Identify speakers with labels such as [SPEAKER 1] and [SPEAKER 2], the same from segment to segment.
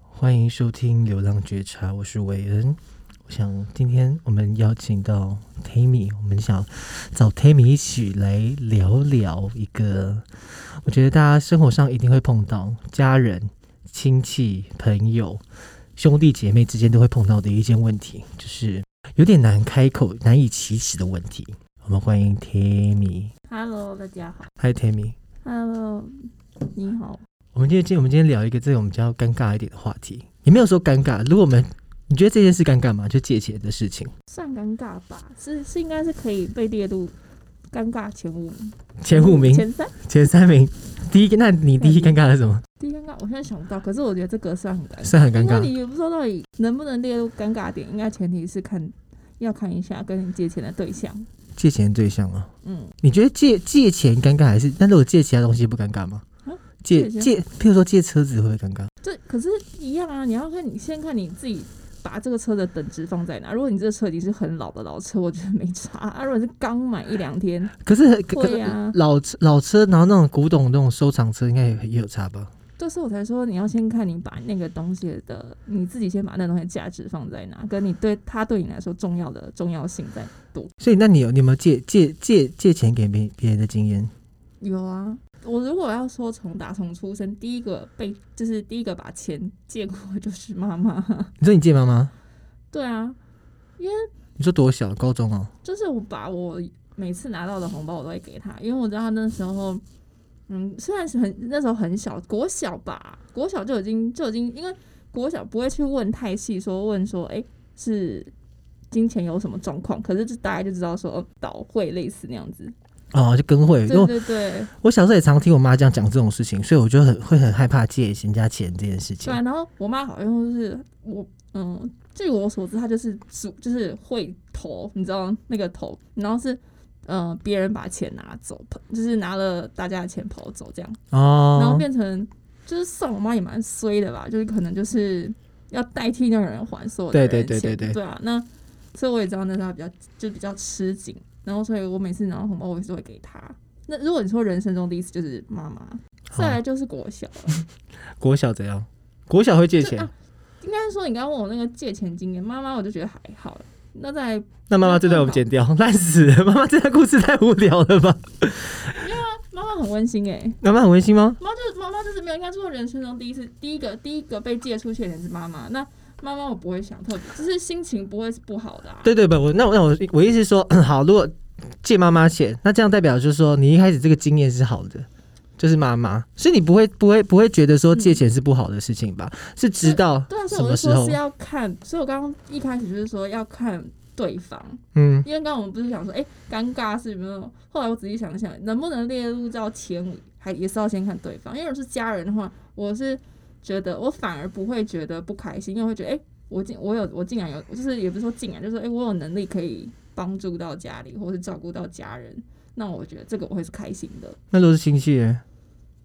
[SPEAKER 1] 欢迎收听《流浪觉察》，我是韦恩。我想今天我们邀请到 Tammy，我们想找 Tammy 一起来聊聊一个，我觉得大家生活上一定会碰到家人、亲戚、朋友、兄弟姐妹之间都会碰到的一件问题，就是有点难开口、难以启齿的问题。我们欢迎 Tammy。
[SPEAKER 2] Hello，大家好。
[SPEAKER 1] Hi Tammy，
[SPEAKER 2] Hello，你好。
[SPEAKER 1] 我们今天今我们今天聊一个这种比较尴尬一点的话题，也没有说尴尬。如果我们你觉得这件事尴尬吗？就借钱的事情，
[SPEAKER 2] 算尴尬吧，是是应该是可以被列入尴尬前五名
[SPEAKER 1] 前五名、
[SPEAKER 2] 嗯前三。
[SPEAKER 1] 前三名，第一个，那你第一尴尬是什么？
[SPEAKER 2] 第一尴尬，我现在想不到，可是我觉得这个算很尴尬。
[SPEAKER 1] 是很尴
[SPEAKER 2] 因为
[SPEAKER 1] 尬。
[SPEAKER 2] 你也不知道到底能不能列入尴尬点，应该前提是看要看一下跟你借钱的对象。
[SPEAKER 1] 借钱的对象啊，
[SPEAKER 2] 嗯，
[SPEAKER 1] 你觉得借借钱尴尬还是？那如果借其他东西不尴尬吗
[SPEAKER 2] 啊？
[SPEAKER 1] 借
[SPEAKER 2] 借
[SPEAKER 1] 借，譬如说借车子会不会尴尬？
[SPEAKER 2] 这可是一样啊，你要看你先看你自己。把这个车的等值放在哪？如果你这个车已经是很老的老车，我觉得没差啊。如果你是刚买一两天，
[SPEAKER 1] 可是可可
[SPEAKER 2] 会啊
[SPEAKER 1] 老车老车，然后那种古董那种收藏车，应该也也有差吧？
[SPEAKER 2] 这时候我才说，你要先看你把那个东西的你自己先把那东西的价值放在哪，跟你对它对你来说重要的重要性在。
[SPEAKER 1] 所以，那你有你有没有借借借借钱给别别人的经验？
[SPEAKER 2] 有啊，我如果要说从打从出生，第一个被就是第一个把钱借过的就是妈 妈。
[SPEAKER 1] 你说你借妈妈？
[SPEAKER 2] 对啊，
[SPEAKER 1] 你说多小？高中哦？
[SPEAKER 2] 就是我把我每次拿到的红包我都会给她，因为我知道她那时候。嗯，虽然是很那时候很小，国小吧，国小就已经就已经，因为国小不会去问太细，说问说，哎、是金钱有什么状况？可是就大概就知道说哦倒汇类似那样子。
[SPEAKER 1] 哦，就跟会。因
[SPEAKER 2] 对
[SPEAKER 1] 为
[SPEAKER 2] 对对，
[SPEAKER 1] 我小时候也常听我妈这样讲这种事情，所以我就很会很害怕借人家钱这件事情
[SPEAKER 2] 对。啊。然后我妈好像就是我，嗯，据我所知，她就是主就是会投，你知道那个投，然后是。呃，别人把钱拿走，就是拿了大家的钱跑走这样。然后
[SPEAKER 1] 哦，
[SPEAKER 2] 变成就是算我妈也蛮衰的吧，就是可能就是要代替那个人还所有的
[SPEAKER 1] 对
[SPEAKER 2] 人
[SPEAKER 1] 对
[SPEAKER 2] 钱，
[SPEAKER 1] 对对对
[SPEAKER 2] 对啊，那所以我也知道那时候她比较就比较吃紧，然后所以我每次拿到红包我也是会给她。那如果你说人生中第一次就是妈妈，再来就是国小了，
[SPEAKER 1] 国小怎样？国小会借
[SPEAKER 2] 就
[SPEAKER 1] 钱
[SPEAKER 2] 啊？应该是说你刚刚问我那个借钱经验，妈妈我就觉得还好了。那在
[SPEAKER 1] 那妈妈这段我们剪
[SPEAKER 2] 啊
[SPEAKER 1] 掉，烂死了！ 妈妈这段故事太无聊了吧？
[SPEAKER 2] 妈妈很温馨哎、
[SPEAKER 1] 妈妈很温馨吗？
[SPEAKER 2] 妈就是妈妈就是没有，应该说人生中第一次，第一个第一个被借出去的人是妈妈。那妈妈我不会想特别，就是心情不会是不好的、啊。
[SPEAKER 1] 对对不，我那我那我我意思是说， 好，如果借妈妈钱，那这样代表就是说你一开始这个经验是好的。就是妈妈，所以你不会不会不会觉得说借钱是不好的事情吧？是直到
[SPEAKER 2] 对啊，所以
[SPEAKER 1] 什
[SPEAKER 2] 我
[SPEAKER 1] 么
[SPEAKER 2] 就
[SPEAKER 1] 时
[SPEAKER 2] 说
[SPEAKER 1] 候
[SPEAKER 2] 是？要看，所以我刚刚一开始就是说要看对方，
[SPEAKER 1] 嗯，
[SPEAKER 2] 因为刚刚我们不是想说，哎、尴尬是有没有？后来我仔细想想，能不能列入到前五，还也是要先看对方，因为如果是家人的话，我是觉得我反而不会觉得不开心，因为会觉得，哎、我竟我有我竟然有，就是也不是说竟然，就是哎、诶我有能力可以帮助到家里，或是照顾到家人，那我觉得这个我会是开心的。
[SPEAKER 1] 那都是亲戚耶。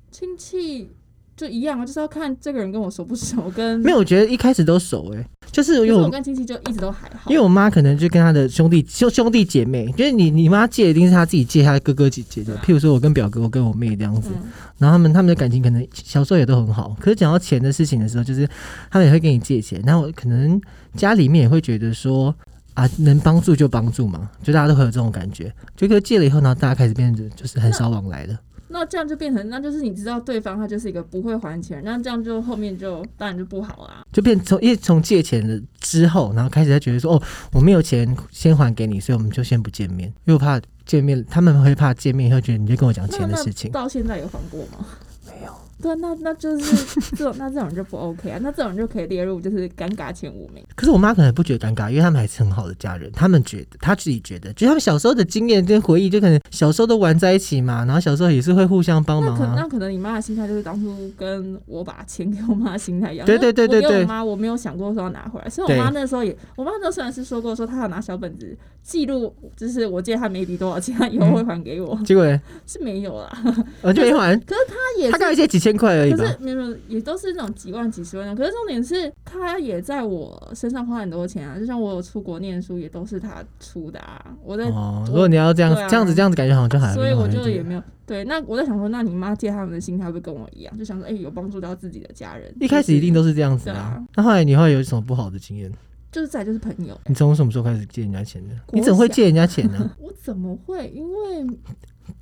[SPEAKER 2] 亲戚就一样啊，就是要看这个人跟我熟不熟，跟
[SPEAKER 1] 没有，我觉得一开始都熟哎、就是
[SPEAKER 2] 可
[SPEAKER 1] 因为
[SPEAKER 2] 是
[SPEAKER 1] 我
[SPEAKER 2] 我跟亲戚就一直都还好，
[SPEAKER 1] 因为我妈可能就跟她的兄弟就兄弟姐妹，就是你你妈借一定是她自己借她哥哥姐姐的，
[SPEAKER 2] 对啊
[SPEAKER 1] 譬如说我跟表哥，我跟我妹这样子，
[SPEAKER 2] 嗯，
[SPEAKER 1] 然后他们他们的感情可能小时候也都很好，可是讲到钱的事情的时候，就是他们也会跟你借钱，然后可能家里面也会觉得说啊，能帮助就帮助嘛，就大家都会有这种感觉，就可借了以后，然后大家开始变得就是很少往来了。
[SPEAKER 2] 那这样就变成，那就是你知道对方他就是一个不会还钱，那这样就后面就当然就不好啦。
[SPEAKER 1] 就变从因为从借钱的之后，然后开始在觉得说，哦，我没有钱先还给你，所以我们就先不见面，因为我怕见面，他们会怕见面以后觉得你就跟我讲
[SPEAKER 2] 那
[SPEAKER 1] 钱的事情
[SPEAKER 2] 那。到现在有还过吗？
[SPEAKER 1] 没有。
[SPEAKER 2] 对，啊那那就是 这种，那这种就不 OK 啊，那这种就可以列入就是尴尬前五名。
[SPEAKER 1] 可是我妈可能不觉得尴尬，因为他们还是很好的家人，他们觉得她自己觉得，就他们小时候的经验跟回忆，就可能小时候都玩在一起嘛，然后小时候也是会互相帮
[SPEAKER 2] 那
[SPEAKER 1] 忙
[SPEAKER 2] 可
[SPEAKER 1] 啊。
[SPEAKER 2] 那可能你妈的心态就是当初跟我把钱给我妈的心态一样。
[SPEAKER 1] 对对对对
[SPEAKER 2] 我给
[SPEAKER 1] 对
[SPEAKER 2] 我妈我没有想过说要拿回来，所以我
[SPEAKER 1] 对
[SPEAKER 2] 妈那时候也，我妈那时候虽然是说过说她要拿小本子记录，就是
[SPEAKER 1] 嗯
[SPEAKER 2] 我借她每笔多少钱，她以后会还给我，
[SPEAKER 1] 结果呢哦
[SPEAKER 2] 是没有啦。
[SPEAKER 1] 我就没还，
[SPEAKER 2] 可是他也
[SPEAKER 1] 他
[SPEAKER 2] 是
[SPEAKER 1] 大概借几千块而已
[SPEAKER 2] 可
[SPEAKER 1] 吧。
[SPEAKER 2] 是没有没有，也都是那种几万几十万的。可是重点是，他也在我身上花很多钱啊，就像我有出国念书，也都是他出的啊。我在，
[SPEAKER 1] 哦，
[SPEAKER 2] 我
[SPEAKER 1] 如果你要这样、
[SPEAKER 2] 对啊
[SPEAKER 1] 这样子这样子，感觉好像就还
[SPEAKER 2] 所以我
[SPEAKER 1] 好一
[SPEAKER 2] 就
[SPEAKER 1] 点
[SPEAKER 2] 也没有对。那我在想说，那你妈借他们的心态会不会跟我一样，就想说，哎、有帮助到自己的家人？
[SPEAKER 1] 一开始一定
[SPEAKER 2] 都
[SPEAKER 1] 都是这样子
[SPEAKER 2] 对
[SPEAKER 1] 啊
[SPEAKER 2] 啊。
[SPEAKER 1] 那后来你后来有什么不好的经验？
[SPEAKER 2] 就是再就是朋友。
[SPEAKER 1] 你从什么时候开始借人家钱的？
[SPEAKER 2] 国
[SPEAKER 1] 你怎么会
[SPEAKER 2] 小
[SPEAKER 1] 借人家钱 呢、
[SPEAKER 2] 我怎么会？因为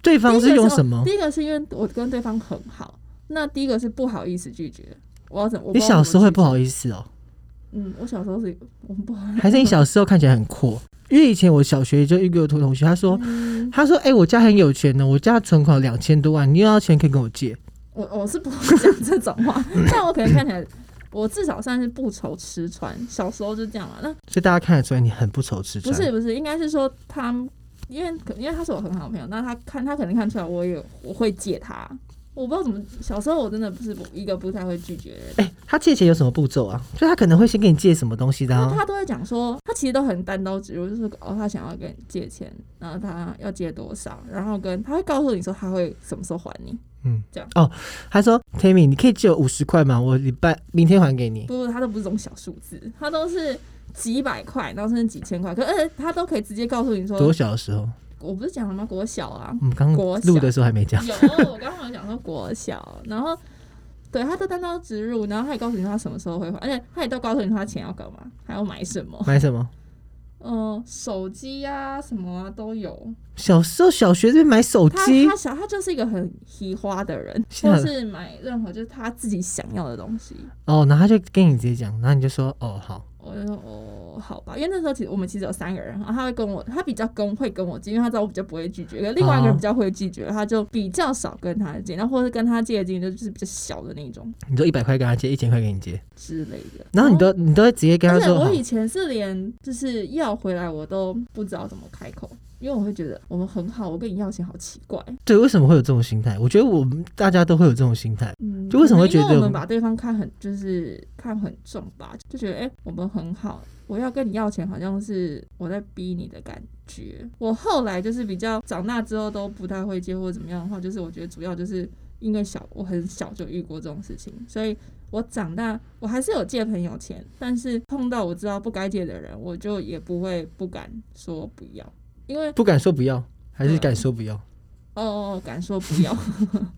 [SPEAKER 1] 对方
[SPEAKER 2] 第一
[SPEAKER 1] 是
[SPEAKER 2] 个
[SPEAKER 1] 用
[SPEAKER 2] 时候
[SPEAKER 1] 什么？
[SPEAKER 2] 第一个是因为我跟对方很好，那第一个是不好意思拒绝。我要怎么？我
[SPEAKER 1] 你小时候会不
[SPEAKER 2] 意
[SPEAKER 1] 好意思哦，
[SPEAKER 2] 嗯，我小时候是我不好意思。
[SPEAKER 1] 还是你小时候看起来很阔？因为以前我小学就遇过同同学，他说。
[SPEAKER 2] 嗯
[SPEAKER 1] 他说：“哎、我家很有钱呢，我家存款两千多万，你有要钱可以跟我借。
[SPEAKER 2] 我我是不会讲这种 话，但我可能看起来，我至少算是不愁吃穿。小时候就这样嘛。那”
[SPEAKER 1] 所以大家看得出来你很不愁吃
[SPEAKER 2] 不
[SPEAKER 1] 穿。
[SPEAKER 2] 是啊不是，应该是说他，因为可因为他是我很好的朋友，那他看他可能看出来我有我会借他。我不知道怎么，小时候我真的不是不一个不太会拒绝的人，
[SPEAKER 1] 哎、他借钱有什么步骤啊？就他可能会先给你借什么东西的、
[SPEAKER 2] 然
[SPEAKER 1] 啊
[SPEAKER 2] 后，他都会讲说，他其实都很单刀直入，就是哦，他想要跟你借钱，然后他要借多少，然后跟他会告诉你说他会什么时候还你，
[SPEAKER 1] 他说：“Tammy，你可以借我五十块吗？我礼拜明天还给你。
[SPEAKER 2] 不，他都不是这种小数字，他都是几百块，然后甚至几千块，可而且他都可以直接告诉你”说，
[SPEAKER 1] 多小的时候？
[SPEAKER 2] 我不是讲了吗？国 小啊，
[SPEAKER 1] 我们刚
[SPEAKER 2] 国小
[SPEAKER 1] 录的时候还没讲。
[SPEAKER 2] 有，我刚刚有讲说国小，然后对他都单刀直入，然后他也告诉你他什么时候会还，而且他也都告诉你他钱要干嘛，还要买什么，
[SPEAKER 1] 买什么？
[SPEAKER 2] 嗯、手机呀、什么啊都有。
[SPEAKER 1] 小时候小学这边买手
[SPEAKER 2] 他
[SPEAKER 1] 机
[SPEAKER 2] 他，想他就是一个很喜花的人，
[SPEAKER 1] 现
[SPEAKER 2] 或
[SPEAKER 1] 在
[SPEAKER 2] 是买任何就是他自己想要的东西。
[SPEAKER 1] 哦，然后他就跟你直接讲，然后你就说：“哦，好。
[SPEAKER 2] 我就说哦，好吧，因为那时候其实我们其实有三个人，然后他会跟我，他比较跟会跟我借，因为他知道我比较不会拒绝，可是另外一
[SPEAKER 1] 哦
[SPEAKER 2] 个人比较会拒绝，他就比较少跟他借，然后或者跟他借的金额就是比较小的那种”
[SPEAKER 1] 你就一百块跟他借，一千块给你借，
[SPEAKER 2] 之类的。哦
[SPEAKER 1] 然后你都、你都会直接跟他
[SPEAKER 2] 而且
[SPEAKER 1] 说：“
[SPEAKER 2] 我
[SPEAKER 1] 好。
[SPEAKER 2] 以前是连就是要回来我都不知道怎么开口，因为我会觉得我们很好，我跟你要钱好奇怪。”
[SPEAKER 1] 对，为什么会有这种心态？我觉得我们大家都会有这种心态。
[SPEAKER 2] 嗯，
[SPEAKER 1] 就为什么会觉得
[SPEAKER 2] 可能因为
[SPEAKER 1] 我
[SPEAKER 2] 我
[SPEAKER 1] 们
[SPEAKER 2] 们把对方看很就是看很重吧，就觉得哎、诶我们很好，我要跟你要钱，好像是我在逼你的感觉。我后来就是比较长大之后都不太会接或者怎么样的话，就是我觉得主要就是因为小我很小就遇过这种事情，所以我长大我还是有借朋友钱，但是碰到我知道不该借的人，我就也不会不敢说不要，因为
[SPEAKER 1] 不敢说不要，还是
[SPEAKER 2] 对啊
[SPEAKER 1] 敢说不要？
[SPEAKER 2] 哦敢说不要，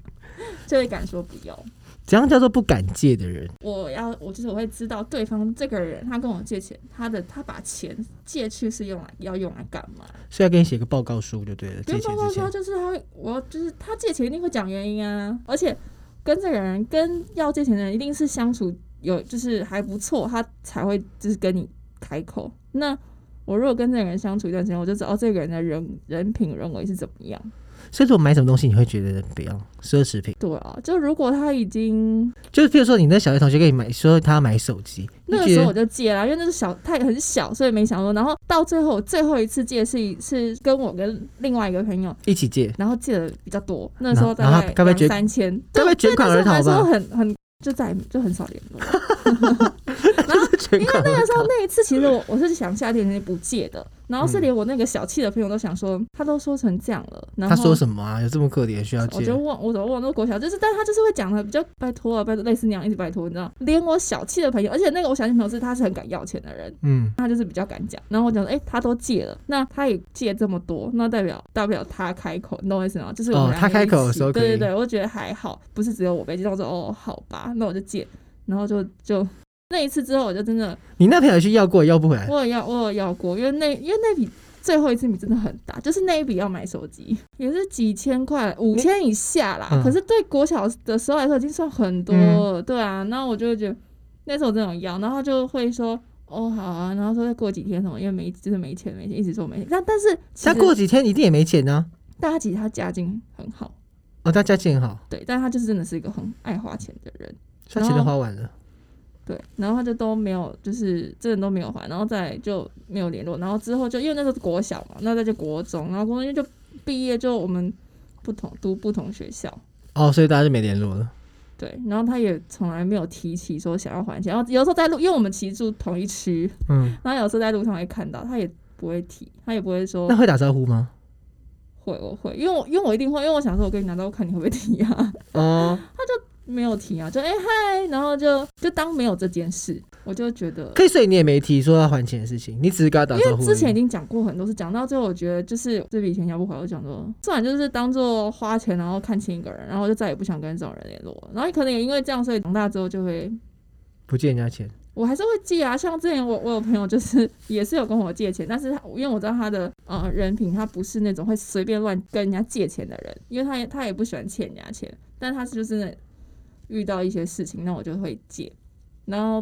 [SPEAKER 2] 就会敢说不要。
[SPEAKER 1] 怎样叫做不敢借的人？
[SPEAKER 2] 我要我就是我会知道对方这个人，他跟我借钱，他的他把钱借去是用来要用来干嘛？
[SPEAKER 1] 是要给你写个报告书就对了。借
[SPEAKER 2] 不用
[SPEAKER 1] 钱
[SPEAKER 2] 包括
[SPEAKER 1] 之
[SPEAKER 2] 说
[SPEAKER 1] 前，
[SPEAKER 2] 就是他会，我就是他借钱一定会讲原因啊，而且跟这个人跟要借钱的人一定是相处有就是还不错，他才会就是跟你开口。那我如果跟这个人相处一段时间，我就知道哦这个人的人人品人为是怎么样。
[SPEAKER 1] 所以说买什么东西你会觉得不要奢侈品，
[SPEAKER 2] 对啊，就如果他已经
[SPEAKER 1] 就是譬如说你那小学同学给你买，说他要买手机，
[SPEAKER 2] 那个
[SPEAKER 1] 你觉
[SPEAKER 2] 时
[SPEAKER 1] 得
[SPEAKER 2] 候我就借啦，因为那是小，太很小，所以没想说。然后到最后，我最后一次借是是跟我跟另外一个朋友，
[SPEAKER 1] 一起借，
[SPEAKER 2] 然后借的比较多，那时候
[SPEAKER 1] 然
[SPEAKER 2] 大
[SPEAKER 1] 后
[SPEAKER 2] 概
[SPEAKER 1] 该不会觉
[SPEAKER 2] 两三千，
[SPEAKER 1] 该不会
[SPEAKER 2] 对
[SPEAKER 1] 卷款而逃吧
[SPEAKER 2] 对那时候很很就再也就很少联络。
[SPEAKER 1] 全款
[SPEAKER 2] 那个时候
[SPEAKER 1] 很高
[SPEAKER 2] 那一次，其实我我是想下定决心不借的，然后是连我那个小气的朋友都想说，他都说成这样了，然 后
[SPEAKER 1] 他说什么啊？有这么可怜需要
[SPEAKER 2] 我
[SPEAKER 1] 借？
[SPEAKER 2] 就忘，我怎么忘了国小，就是，但他就是会讲的比较拜托啊，拜托，类似那样一直拜托，你知道，连我小气的朋友，而且那个我小气朋友是他是很敢要钱的人，
[SPEAKER 1] 嗯，
[SPEAKER 2] 他就是比较敢讲。然后我讲说，哎、他都借了，那他也借这么多，那代表代表他开口，你懂我意思吗？就是我们
[SPEAKER 1] 哦
[SPEAKER 2] 俩
[SPEAKER 1] 他开口的
[SPEAKER 2] 一起
[SPEAKER 1] 时候可以
[SPEAKER 2] 对对对，我就觉得还好，不是只有我被借。然后我说哦，好吧，那我就借，然后就就。那一次之后，我就真的
[SPEAKER 1] 你那朋友去要过要不回来，
[SPEAKER 2] 我也要我也要过，因为那因为那笔最后一次笔真的很大，就是那一笔要买手机也是几千块，五千以下啦。
[SPEAKER 1] 嗯
[SPEAKER 2] 可是对国小的时候来说已经算很多了，对啊。那我就会觉得那时候我真的有要，然后他就会说哦好啊，然后说再过几天什么，因为没就是没钱没钱，一直说没钱。但但是其
[SPEAKER 1] 他
[SPEAKER 2] 实
[SPEAKER 1] 过几天一定也没钱啊呢、
[SPEAKER 2] 但他其实他家境很好，
[SPEAKER 1] 哦，他家境好，
[SPEAKER 2] 对，但他就是真的是一个很爱花钱的人。
[SPEAKER 1] 所以他钱都花完了。
[SPEAKER 2] 对，然后他就都没有，就是真的都没有还，然后再来就没有联络，然后之后就因为那时候是国小嘛，那再就国中，然后国中就毕业就我们不同读不同学校，
[SPEAKER 1] 哦，所以大家就没联络了。
[SPEAKER 2] 对，然后他也从来没有提起说想要还钱，然后有时候在路，因为我们其实住同一区，
[SPEAKER 1] 嗯，
[SPEAKER 2] 然后有时候在路上会看到，他也不会提，他也不会说
[SPEAKER 1] 那会打招呼吗？
[SPEAKER 2] 会，我会，因为我因为我一定会，因为我想说，我给你拿到看你会不会提啊，
[SPEAKER 1] 哦，
[SPEAKER 2] 没有提啊，就哎、嗨，然后就就当没有这件事，我就觉得
[SPEAKER 1] 可以，所以你也没提说要还钱的事情，你只是跟他打
[SPEAKER 2] 因
[SPEAKER 1] 招
[SPEAKER 2] 为
[SPEAKER 1] 呼而已。
[SPEAKER 2] 之前已经讲过很多次，讲到最后，我觉得就是这笔钱要不回，我就讲说，算了，就是当做花钱，然后看清一个人，然后我就再也不想跟这种人联络了。然后可能也因为这样，所以长大之后就会，
[SPEAKER 1] 不借人家钱，
[SPEAKER 2] 我还是会借啊。像之前我我有朋友就是 也是有跟我借钱，但是他因为我知道他的呃人品，他不是那种会随便乱跟人家借钱的人，因为他也他也不喜欢欠人家钱，但他就是遇到一些事情，那我就会借，然后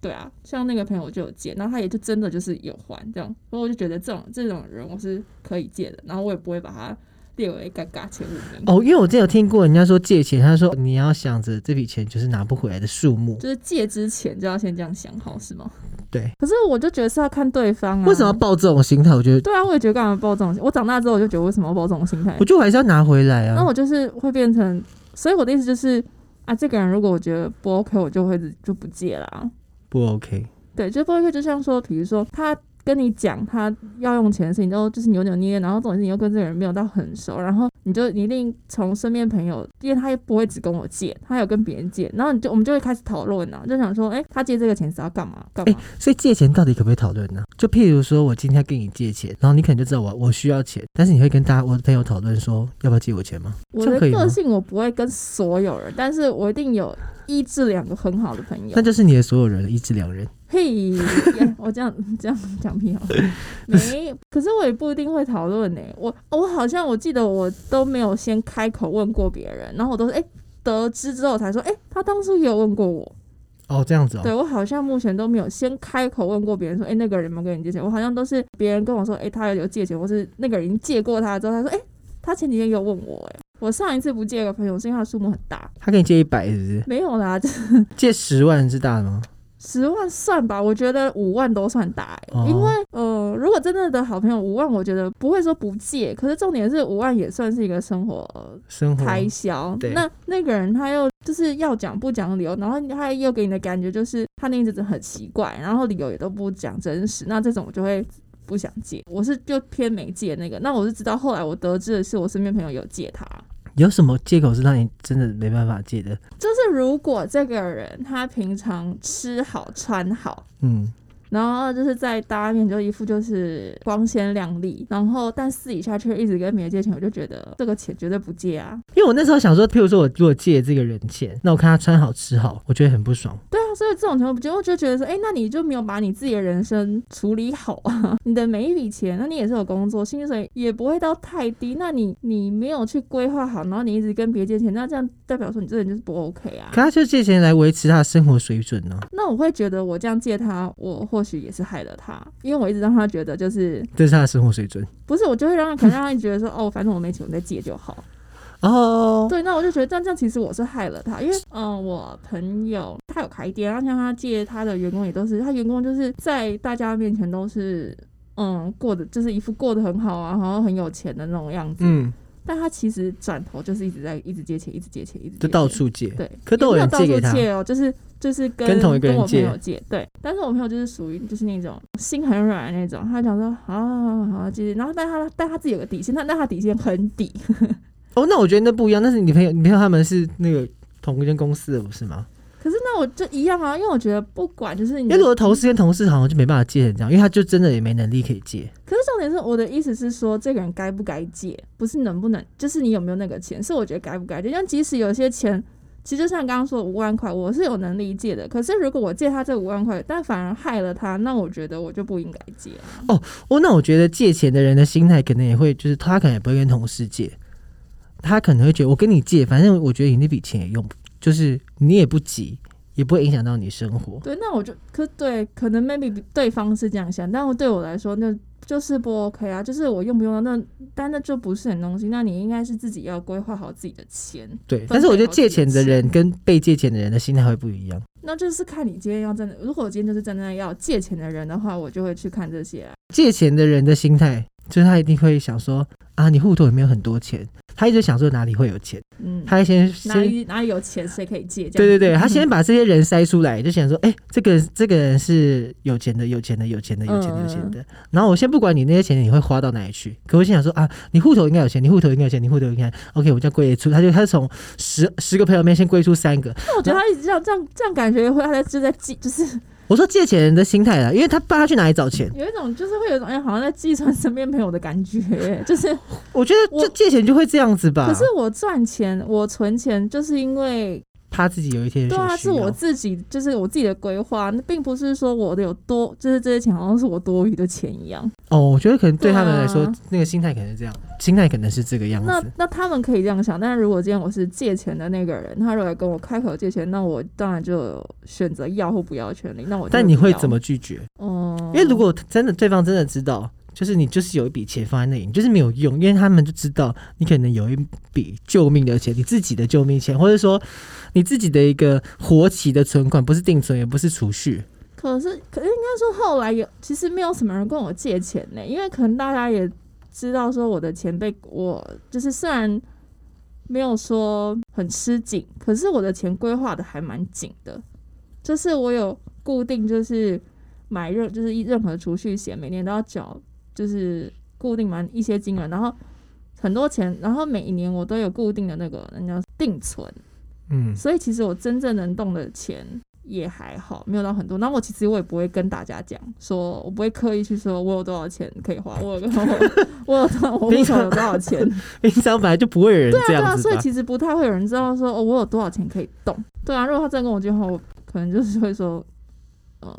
[SPEAKER 2] 对啊，像那个朋友我就有借，然后他也就真的就是有还这样，所以我就觉得这种这种人我是可以借的，然后我也不会把他列为尴尬前五名，
[SPEAKER 1] 哦，因为我之前有听过人家说借钱，他说你要想着这笔钱就是拿不回来的数目，
[SPEAKER 2] 就是借之前就要先这样想好是吗？
[SPEAKER 1] 对。
[SPEAKER 2] 可是我就觉得是要看对方啊，
[SPEAKER 1] 嗯为什么要抱这种心态？我觉得，
[SPEAKER 2] 对啊，我也觉得干嘛抱这种心，我长大之后我就觉得为什么要抱这种心态
[SPEAKER 1] 我，觉得我还是要拿回来
[SPEAKER 2] 那
[SPEAKER 1] 啊。
[SPEAKER 2] 我就是会变成，所以我的意思就是啊，这个人如果我觉得不 OK，我就会就不借啦。
[SPEAKER 1] 不 OK，
[SPEAKER 2] 对，就不会就像说，比如说他跟你讲他要用钱的事情，都就是扭扭捏捏，然后这种事情又跟这个人没有到很熟，然后你就你一定从身边朋友，因为他也不会只跟我借，他有跟别人借，然后你就我们就会开始讨论啊，就想说，哎、他借这个钱是要干嘛干嘛？
[SPEAKER 1] 所以借钱到底可不可以讨论呢？就譬如说我今天跟你借钱，然后你可能就知道我我需要钱，但是你会跟大家我的朋友讨论说要不要借我钱吗？
[SPEAKER 2] 我
[SPEAKER 1] 这
[SPEAKER 2] 的
[SPEAKER 1] 样可以吗
[SPEAKER 2] 个性我不会跟所有人，但是我一定有一至两个很好的朋友
[SPEAKER 1] 那。就是你的所有人一至两人，
[SPEAKER 2] 嘿，呀我这样这样讲屁好，没，可是我也不一定会讨论呢。我我好像我记得我都没有先开口问过别人，然后我都是哎、得知之后才说，哎、他当初也有问过我。
[SPEAKER 1] 哦，这样子哦，
[SPEAKER 2] 对我好像目前都没有先开口问过别人说，哎、那个人有没有跟你借钱？我好像都是别人跟我说，哎、他有借钱，或是那个人已经借过他之后，他说，哎、他前几天有问我、哎，我上一次不借个朋友是因为他的数目很大，
[SPEAKER 1] 他给你借一百是不是？
[SPEAKER 2] 没有啦，
[SPEAKER 1] 借十万是大的吗？
[SPEAKER 2] 十万算吧，我觉得五万都算大、欸
[SPEAKER 1] 哦
[SPEAKER 2] 因为呃，如果真的的好朋友五万，我觉得不会说不借，可是重点是五万也算是一个生活呃
[SPEAKER 1] 生活
[SPEAKER 2] 开销。
[SPEAKER 1] 对
[SPEAKER 2] 那那个人他又就是要讲不讲理由，然后他又给你的感觉就是他那一阵子很奇怪，然后理由也都不讲真实，那这种我就会。不想借，我是就偏没借那个。那我是直到后来我得知的是，我身边朋友有借他，
[SPEAKER 1] 有什么借口是让你真的没办法借的？
[SPEAKER 2] 就是如果这个人他平常吃好穿好，
[SPEAKER 1] 嗯，
[SPEAKER 2] 然后就是在大家面前就一副就是光鲜亮丽，然后但私底下却一直跟别人借钱，我就觉得这个钱绝对不借啊。
[SPEAKER 1] 因为我那时候想说，譬如说我如果借这个人钱，那我看他穿好吃好，我觉得很不爽。
[SPEAKER 2] 对啊，所以这种情况，我就我就觉得说，哎，那你就没有把你自己的人生处理好啊。 你的每一笔钱，那你也是有工作，薪水也不会到太低，那你你没有去规划好，然后你一直跟别人借钱，那这样代表说你这个人就是不 OK 啊
[SPEAKER 1] 可。他就借钱来维持他的生活水准呢、
[SPEAKER 2] 那我会觉得我这样借他，我或许也是害了他，因为我一直让他觉得就是
[SPEAKER 1] 这是他的生活水准。
[SPEAKER 2] 不是我就会让可能让他觉得说，哦，反正我没钱，我再借就好。
[SPEAKER 1] 哦，
[SPEAKER 2] 对，那我就觉得这样这样其实我是害了他，因为嗯、呃我朋友他有开店，然后像他借他的员工也都是，他员工就是在大家面前都是嗯过得就是一副过得很好啊，然后很有钱的那种样子，
[SPEAKER 1] 嗯，
[SPEAKER 2] 但他其实转头就是一直在一直借钱，一直借钱，一直借
[SPEAKER 1] 就
[SPEAKER 2] 钱
[SPEAKER 1] 到处借。
[SPEAKER 2] 对，
[SPEAKER 1] 可都有
[SPEAKER 2] 也没
[SPEAKER 1] 人
[SPEAKER 2] 到
[SPEAKER 1] 借
[SPEAKER 2] 处
[SPEAKER 1] 给他
[SPEAKER 2] 借哦，就是就是跟
[SPEAKER 1] 跟同一个人
[SPEAKER 2] 我朋
[SPEAKER 1] 借
[SPEAKER 2] 友借，对，但是我朋友就是属于就是那种心很软的那种，他讲说好好好好好借，然后但他但他自己有个底线，但但他底线很底，
[SPEAKER 1] 哦，那我觉得那不一样。但是你朋友，你朋友他们是那个同一间公司的，不是吗？
[SPEAKER 2] 可是那我就一样啊，因为我觉得不管就是你
[SPEAKER 1] 因
[SPEAKER 2] 的，
[SPEAKER 1] 为如果同事跟同事好像就没办法借成这样，因为他就真的也没能力可以借。
[SPEAKER 2] 可是重点是我的意思是说，这个人该不该借，不是能不能，就是你有没有那个钱，是我觉得该不该借。像即使有些钱，其实就像刚刚说五万块，我是有能力借的，可是如果我借他这五万块，但反而害了他，那我觉得我就不应该借啊。
[SPEAKER 1] 哦，那我觉得借钱的人的心态可能也会，就是他可能也不会跟同事借，他可能会觉得我跟你借，反正我觉得你那笔钱也用不，就是你也不急，也不会影响到你生活。
[SPEAKER 2] 对，那我就可对，可能 maybe 对方是这样想，但我对我来说，那就是不 OK 啊，就是我用不用到那，但那就不是很东西。那你应该是自己要规划好自己的钱。
[SPEAKER 1] 对，
[SPEAKER 2] 分
[SPEAKER 1] 但是我
[SPEAKER 2] 配
[SPEAKER 1] 觉
[SPEAKER 2] 好
[SPEAKER 1] 得借
[SPEAKER 2] 自己
[SPEAKER 1] 钱
[SPEAKER 2] 的
[SPEAKER 1] 的人跟被借钱的人的心态会不一样。
[SPEAKER 2] 那就是看你今天要真的，如果我今天就是真的要借钱的人的话，我就会去看这些啊、
[SPEAKER 1] 借钱的人的心态就是他一定会想说啊，你户头有没有很多钱？他一直想说哪里会有钱，
[SPEAKER 2] 嗯，
[SPEAKER 1] 他先
[SPEAKER 2] 哪
[SPEAKER 1] 先
[SPEAKER 2] 里哪里有钱谁可以借？这
[SPEAKER 1] 对
[SPEAKER 2] 样嗯
[SPEAKER 1] 对对，他先把这些人筛出来，就想说，哎、这个这个人是有钱的，有钱的，有钱的，有钱的，有钱
[SPEAKER 2] 嗯
[SPEAKER 1] 的。然后我先不管你那些钱你会花到哪里去，可我心想说啊，你户头应该有钱，你户头应该有钱，你户头应该 OK，我就归出。他就他从十十个朋友里面先归出三个。
[SPEAKER 2] 那我觉得他一直这样这样这样感觉会他在就在记，就是
[SPEAKER 1] 我说借钱人的心态啊啦，因为他不知道他去哪里找钱。
[SPEAKER 2] 有一种就是会有一种哎好像在计算身边朋友的感觉， 就是
[SPEAKER 1] 我觉得
[SPEAKER 2] 我
[SPEAKER 1] 就借钱就会这样子吧。
[SPEAKER 2] 可是我赚钱我存钱就是因为
[SPEAKER 1] 他自己有一天
[SPEAKER 2] 对啊，
[SPEAKER 1] 有需
[SPEAKER 2] 是
[SPEAKER 1] 要
[SPEAKER 2] 我自己，就是我自己的规划，那并不是说我的有多，就是这些钱好像是我多余的钱一样。
[SPEAKER 1] 哦，我觉得可能对他们来说，
[SPEAKER 2] 对啊
[SPEAKER 1] 那个心态可能是这样，心态可能是这个样
[SPEAKER 2] 那
[SPEAKER 1] 子。
[SPEAKER 2] 那他们可以这样想，但是如果今天我是借钱的那个人，他如果跟我开口借钱，那我当然就有选择要或不要的权利。那我就
[SPEAKER 1] 但你
[SPEAKER 2] 不
[SPEAKER 1] 会
[SPEAKER 2] 要
[SPEAKER 1] 怎么？拒绝？
[SPEAKER 2] 嗯，
[SPEAKER 1] 因为如果真的对方真的知道，就是你就是有一笔钱放在那里，你就是没有用，因为他们就知道你可能有一笔救命的钱，你自己的救命钱，或者说你自己的一个活期的存款，不是定存，也不是储蓄。
[SPEAKER 2] 可是可是应该说后来有，其实没有什么人跟我借钱呢、因为可能大家也知道说我的钱被我就是虽然没有说很吃紧，可是我的钱规划的还蛮紧的，就是我有固定就是买任就是一任何储蓄险，每年都要缴就是固定满一些金额，然后很多钱，然后每一年我都有固定的那个人家定存。
[SPEAKER 1] 嗯，
[SPEAKER 2] 所以其实我真正能动的钱也还好，没有到很多。那我其实我也不会跟大家讲，说我不会刻意去说我有多少钱可以花，我有多少我有多少我户头有多少钱。
[SPEAKER 1] 平常本来就不会有人这
[SPEAKER 2] 对啊，
[SPEAKER 1] 样子
[SPEAKER 2] 所以
[SPEAKER 1] 吧？
[SPEAKER 2] 其实不太会有人知道说哦，我有多少钱可以动。对啊，如果他真的跟我借的话，我可能就是会说，呃，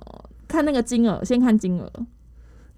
[SPEAKER 2] 看那个金额，先看金额。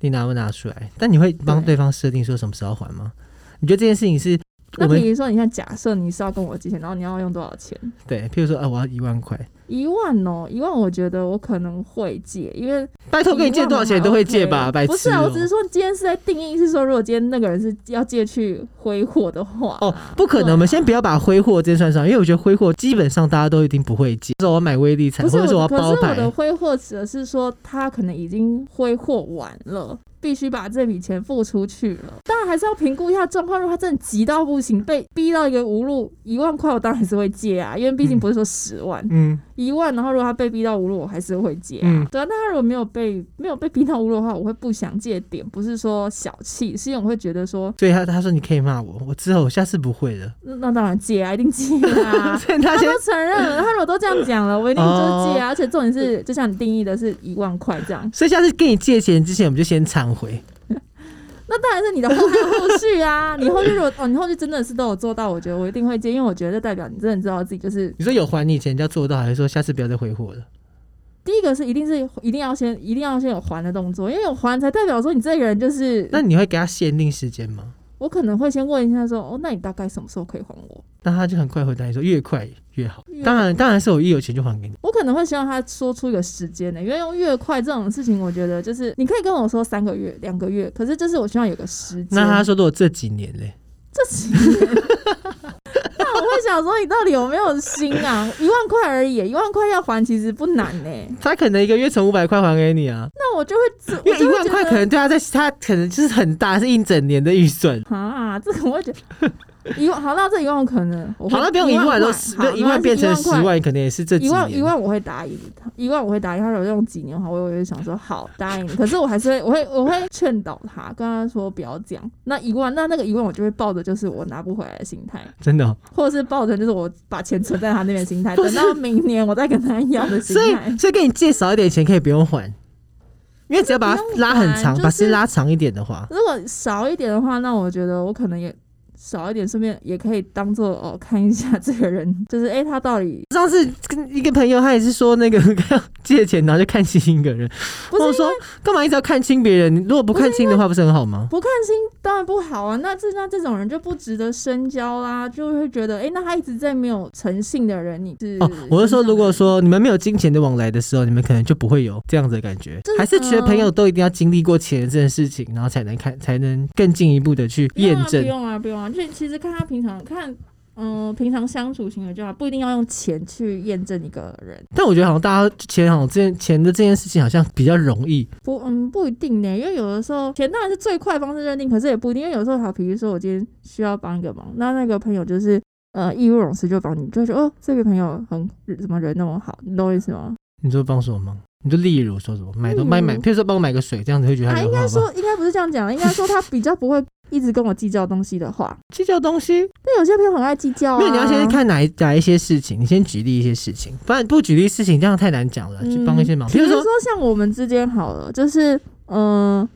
[SPEAKER 1] 你拿不拿出来？但你会帮
[SPEAKER 2] 对
[SPEAKER 1] 对方设定说什么时候还吗？你觉得这件事情是我
[SPEAKER 2] 那
[SPEAKER 1] 们
[SPEAKER 2] 比如说，你像假设你是要跟我借钱，然后你要用多少钱？
[SPEAKER 1] 对，譬如说啊，我要一万块，
[SPEAKER 2] 一万哦，一万，我觉得我可能会借，因为
[SPEAKER 1] 拜托跟你借多少钱都会借吧，
[SPEAKER 2] OK
[SPEAKER 1] 白痴、
[SPEAKER 2] 不是啊，
[SPEAKER 1] 哦
[SPEAKER 2] 我只是说今天是在定义，是说如果今天那个人是要借去挥霍的话，
[SPEAKER 1] 哦，不可
[SPEAKER 2] 对
[SPEAKER 1] 能！
[SPEAKER 2] 啊
[SPEAKER 1] 我们先不要把挥霍这件算上，因为我觉得挥霍基本上大家都一定不会接。说我要买威力彩，
[SPEAKER 2] 不
[SPEAKER 1] 或
[SPEAKER 2] 是
[SPEAKER 1] 者说我
[SPEAKER 2] 我
[SPEAKER 1] 要
[SPEAKER 2] 的，可
[SPEAKER 1] 包
[SPEAKER 2] 是我的
[SPEAKER 1] 牌，
[SPEAKER 2] 挥霍指的是说他可能已经挥霍完了，必须把这笔钱付出去了。当然还是要评估一下状况，如果他真的急到不行，被逼到一个无路，一万块我当然还是会借啊，因为毕竟
[SPEAKER 1] 嗯
[SPEAKER 2] 不是说十万
[SPEAKER 1] 嗯，
[SPEAKER 2] 一、万，然后如果他被逼到无路，我还是会借啊。
[SPEAKER 1] 嗯
[SPEAKER 2] 对啊，那他如果没有被没有被逼到无路的话，我会不想借的点，不是说小气，是因为我会觉得说。
[SPEAKER 1] 所以他他说你可以骂我，我之后我下次不会了。
[SPEAKER 2] 那那当然借啊，一定借 啊。
[SPEAKER 1] 所以他
[SPEAKER 2] 他
[SPEAKER 1] 先
[SPEAKER 2] 都承认了，他如果都这样讲了，我一定就是
[SPEAKER 1] 哦
[SPEAKER 2] 借啊。而且重点是，就像你定义的是一万块这样，
[SPEAKER 1] 所以下次跟你借钱之前，我们就先忏悔。
[SPEAKER 2] 那当然是你的后还有后 续啊。你后续如果哦，你后续真的是都有做到，我觉得我一定会借，因为我觉得这代表你真的知道自己就是
[SPEAKER 1] 你说有还你钱，要做到，还是说下次不要再挥霍了？
[SPEAKER 2] 嗯第一个是一定是一定要先一定要先有还的动作，因为有还才代表说你这个人就是。
[SPEAKER 1] 那你会给他限定时间吗？
[SPEAKER 2] 我可能会先问一下说，哦，那你大概什么时候可以还我？
[SPEAKER 1] 那他就很快回答你说越快越好
[SPEAKER 2] 越。
[SPEAKER 1] 当然，当然是我一有钱就还给你。
[SPEAKER 2] 我可能会希望他说出一个时间的、因为用越快这种事情，我觉得就是你可以跟我说三个月、两个月，可是就是我啊希望有个时间。
[SPEAKER 1] 那他说如果这几年嘞，
[SPEAKER 2] 这几年，那我会想说你到底有没有心啊？一万块而已，一万块要还其实不难呢、
[SPEAKER 1] 他可能一个月存五百块还给你啊，
[SPEAKER 2] 那我就会自，
[SPEAKER 1] 因
[SPEAKER 2] 我
[SPEAKER 1] 为一
[SPEAKER 2] 就会
[SPEAKER 1] 万
[SPEAKER 2] 觉
[SPEAKER 1] 块可
[SPEAKER 2] 得
[SPEAKER 1] 能对啊他在他可能就是很大，是一整年的预算。
[SPEAKER 2] 啊，这个我会觉得一万好，那这一万我可能我会
[SPEAKER 1] 好，那不用一
[SPEAKER 2] 一
[SPEAKER 1] 万
[SPEAKER 2] 万
[SPEAKER 1] 都
[SPEAKER 2] 块
[SPEAKER 1] 十，
[SPEAKER 2] 好
[SPEAKER 1] 不要一
[SPEAKER 2] 没关
[SPEAKER 1] 万
[SPEAKER 2] 系
[SPEAKER 1] 变成
[SPEAKER 2] 一
[SPEAKER 1] 十
[SPEAKER 2] 块
[SPEAKER 1] 万，可能也是这几
[SPEAKER 2] 一万
[SPEAKER 1] 年。
[SPEAKER 2] 一万我会答应他，一万我会答应他。如果用几年的话，我也会想说好答应你。 可是我还是会，我会我会劝导他，跟他说不要这样。那一万，那那个一万我就会抱着就是我拿不回来的心态，
[SPEAKER 1] 真的哦、
[SPEAKER 2] 或者是抱着就是我把钱存在他那边的心态，等到明年我再跟他要的心
[SPEAKER 1] 所以
[SPEAKER 2] 态。
[SPEAKER 1] 所以跟你借少一点钱可以不用还，因为只要把它
[SPEAKER 2] 不用
[SPEAKER 1] 拉很长，
[SPEAKER 2] 还
[SPEAKER 1] 把
[SPEAKER 2] 就是
[SPEAKER 1] 时间拉长一点的话，
[SPEAKER 2] 如果少一点的话，那我觉得我可能也。少一点，顺便也可以当做哦，看一下这个人，就是诶，他到底
[SPEAKER 1] 上次跟一个朋友他也是说那个 借钱，然后就看清一个人，
[SPEAKER 2] 不是
[SPEAKER 1] 我说干嘛一直要看清别人？你如果不看清的话，不是很好吗？
[SPEAKER 2] 不看心当然不好啊，那这那这种人就不值得深交啦，就会觉得，哎、那他一直在没有诚信的人，你是
[SPEAKER 1] 哦，我是说，如果
[SPEAKER 2] 欣赏的
[SPEAKER 1] 说你们没有金钱的往来的时候，你们可能就不会有这样子的感觉
[SPEAKER 2] 真。的
[SPEAKER 1] 还是觉得朋友都一定要经历过钱这件事情，然后才能看，才能更进一步的去验
[SPEAKER 2] 不
[SPEAKER 1] 证。
[SPEAKER 2] 啊用啊，不用啊，不用啊，就其实看他平常看嗯、平常相处行为就好，不一定要用钱去验证一个人。
[SPEAKER 1] 但我觉得好像大家钱好像这件钱的这件事情好像比较容易，
[SPEAKER 2] 不，嗯，不一定呢，因为有的时候钱当然是最快的方式认定，可是也不一定，因为有时候好，比如说我今天需要帮一个忙，那那个朋友就是呃义不容辞就帮你，就会觉得哦这个朋友很怎么人那么好，你懂我意思吗？
[SPEAKER 1] 你就帮什么忙？你就例如说什么买都买买，
[SPEAKER 2] 嗯
[SPEAKER 1] 譬如说帮我买个水，这样子会觉得他
[SPEAKER 2] 啊，
[SPEAKER 1] 人
[SPEAKER 2] 应
[SPEAKER 1] 很
[SPEAKER 2] 该
[SPEAKER 1] 好吧？
[SPEAKER 2] 说应该不是这样讲的，应该说他比较不会一直跟我计较东西的话，
[SPEAKER 1] 计较东西，
[SPEAKER 2] 但有些朋友很爱计较、啊。
[SPEAKER 1] 没有，你要先，看哪一哪一些事情，你先举例一些事情，不然不举例事情这样太难讲了，就帮一些忙，
[SPEAKER 2] 嗯比
[SPEAKER 1] 譬
[SPEAKER 2] 如
[SPEAKER 1] 如
[SPEAKER 2] 说
[SPEAKER 1] 说
[SPEAKER 2] 像我们之间好了，就是嗯。呃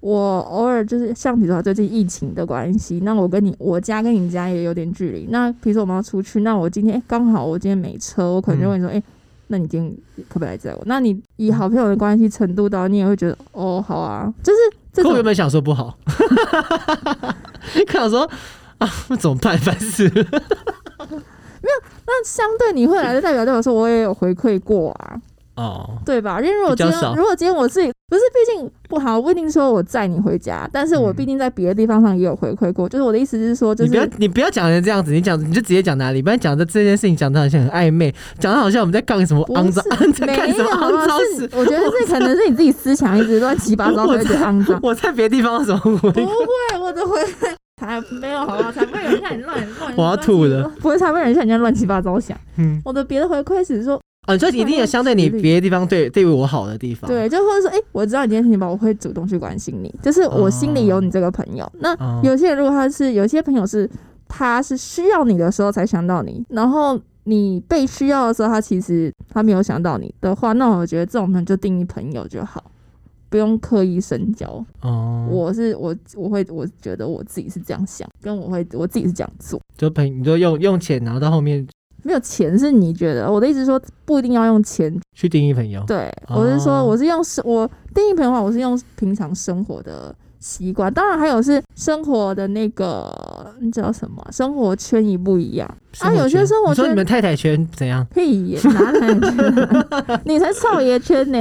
[SPEAKER 2] 我偶尔就是像比如说最近疫情的关系，那我跟你我家跟你家也有点距离。那比如说我们要出去，那我今天诶刚、好我今天没车，我可能就
[SPEAKER 1] 嗯
[SPEAKER 2] 会说，哎、那你今天可不可以来载我？那你以好朋友的关系程度到，你也会觉得哦，好啊，就是这
[SPEAKER 1] 可我
[SPEAKER 2] 种
[SPEAKER 1] 原本想说不好， 看我说啊，那怎么办？烦死了！
[SPEAKER 2] 那相对你会来的代表代表说，我也有回馈过啊，
[SPEAKER 1] 哦，
[SPEAKER 2] 对吧？因为如果
[SPEAKER 1] 比较
[SPEAKER 2] 今
[SPEAKER 1] 少
[SPEAKER 2] 天如果今天我自己不是，毕竟不好，我不一定说我载你回家，但是我
[SPEAKER 1] 嗯
[SPEAKER 2] 毕竟在别的地方上也有回馈过。就是我的意思是说，就
[SPEAKER 1] 你不要
[SPEAKER 2] 是
[SPEAKER 1] 你不要讲成这样子，你讲你就直接讲哪里，不然讲的这件事情讲的好像很暧昧，讲的好像我们在干什么
[SPEAKER 2] 不
[SPEAKER 1] 肮脏，
[SPEAKER 2] 是
[SPEAKER 1] 在
[SPEAKER 2] 没
[SPEAKER 1] 干什
[SPEAKER 2] 有
[SPEAKER 1] 么
[SPEAKER 2] 啊
[SPEAKER 1] 肮脏
[SPEAKER 2] 是
[SPEAKER 1] 事。
[SPEAKER 2] 我觉得这可能是你自己思想一直乱七八糟，
[SPEAKER 1] 我
[SPEAKER 2] 才会觉得肮脏。
[SPEAKER 1] 我在别的地方怎么
[SPEAKER 2] 不
[SPEAKER 1] 会？
[SPEAKER 2] 会，我的回馈才没有好吧？才不会有人看你乱乱。
[SPEAKER 1] 我要吐了
[SPEAKER 2] 乱七八糟！不会，才不会有人像人家乱七八糟想。
[SPEAKER 1] 嗯，
[SPEAKER 2] 我的别的回馈只是说，
[SPEAKER 1] 哦，你说一定有相对你别的地方对对我好的地方，，
[SPEAKER 2] 对，就或者说，哎、我知道你今天心情不好，我会主动去关心你，就是我心里有你这个朋友。那
[SPEAKER 1] 哦
[SPEAKER 2] 有些人如果他是有些朋友是他是需要你的时候才想到你，然后你被需要的时候，他其实他没有想到你的话，那我觉得这种朋友就定义朋友就好，不用刻意深交。
[SPEAKER 1] 哦，
[SPEAKER 2] 我是我我会我觉得我自己是这样想，跟我会我自己是这样做。
[SPEAKER 1] 就朋你就用用钱，然后到后面
[SPEAKER 2] 没有钱是你觉得，我的意思是说不一定要用钱。
[SPEAKER 1] 去定义朋友，
[SPEAKER 2] 对，我是
[SPEAKER 1] 哦
[SPEAKER 2] 说我是用生我定义朋友的话，我是用平常生活的习惯，当然还有是生活的那个那叫什么啊生活圈一不一样。
[SPEAKER 1] 生活
[SPEAKER 2] 啊有些
[SPEAKER 1] 圈
[SPEAKER 2] 生活
[SPEAKER 1] 你说
[SPEAKER 2] 圈
[SPEAKER 1] 你们太太圈怎样？
[SPEAKER 2] 屁耶，哪来的 你才少爷圈呢、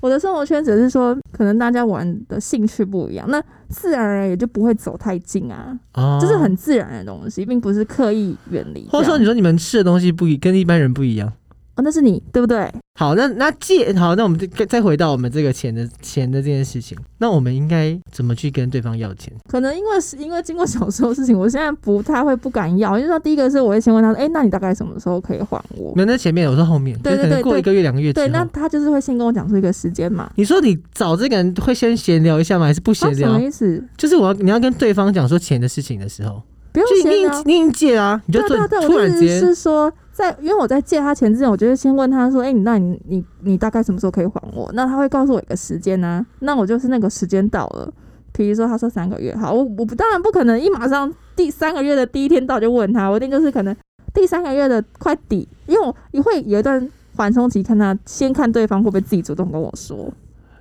[SPEAKER 2] 我的生活圈只是说，可能大家玩的兴趣不一样，那自然而然也就不会走太近啊，
[SPEAKER 1] 哦，
[SPEAKER 2] 这是很自然的东西，并不是刻意远离这样。
[SPEAKER 1] 或者说你说你们吃的东西不一跟一般人不一样。
[SPEAKER 2] 哦，那是你对不对？
[SPEAKER 1] 好，那那借好，那我们再再回到我们这个钱的钱的这件事情，那我们应该怎么去跟对方要钱？
[SPEAKER 2] 可能因为是因为经过小时候的事情，我现在不太会不敢要，因为说第一个是我会先问他说，哎、那你大概什么时候可以还我？
[SPEAKER 1] 没有，那前面我说后面，
[SPEAKER 2] 对
[SPEAKER 1] 就
[SPEAKER 2] 对
[SPEAKER 1] 可能
[SPEAKER 2] 对
[SPEAKER 1] 过一个月两个月之
[SPEAKER 2] 对，那
[SPEAKER 1] 后，
[SPEAKER 2] 他就是会先跟我讲出一个时间嘛。
[SPEAKER 1] 你说你找这个人会先闲聊一下吗？还是不
[SPEAKER 2] 啊
[SPEAKER 1] 闲
[SPEAKER 2] 什
[SPEAKER 1] 聊？
[SPEAKER 2] 么意思？
[SPEAKER 1] 就是我要你要跟对方讲说钱的事情的时候，
[SPEAKER 2] 不用
[SPEAKER 1] 就你
[SPEAKER 2] 先
[SPEAKER 1] 硬
[SPEAKER 2] 聊。
[SPEAKER 1] 你硬借啊，你就
[SPEAKER 2] 对
[SPEAKER 1] 突
[SPEAKER 2] 对对，
[SPEAKER 1] 突
[SPEAKER 2] 我的
[SPEAKER 1] 然之
[SPEAKER 2] 意思
[SPEAKER 1] 间
[SPEAKER 2] 是说，在因为我在借他钱之前，我就会先问他说：“哎、你那你你你大概什么时候可以还我？”那他会告诉我一个时间呢、那我就是那个时间到了。比如说，他说三个月，好，我我不当然不可能一马上第三个月的第一天到就问他，我一定就是可能第三个月的快底，因为我也会有一段缓冲期，看他先看对方会不会自己主动跟我说。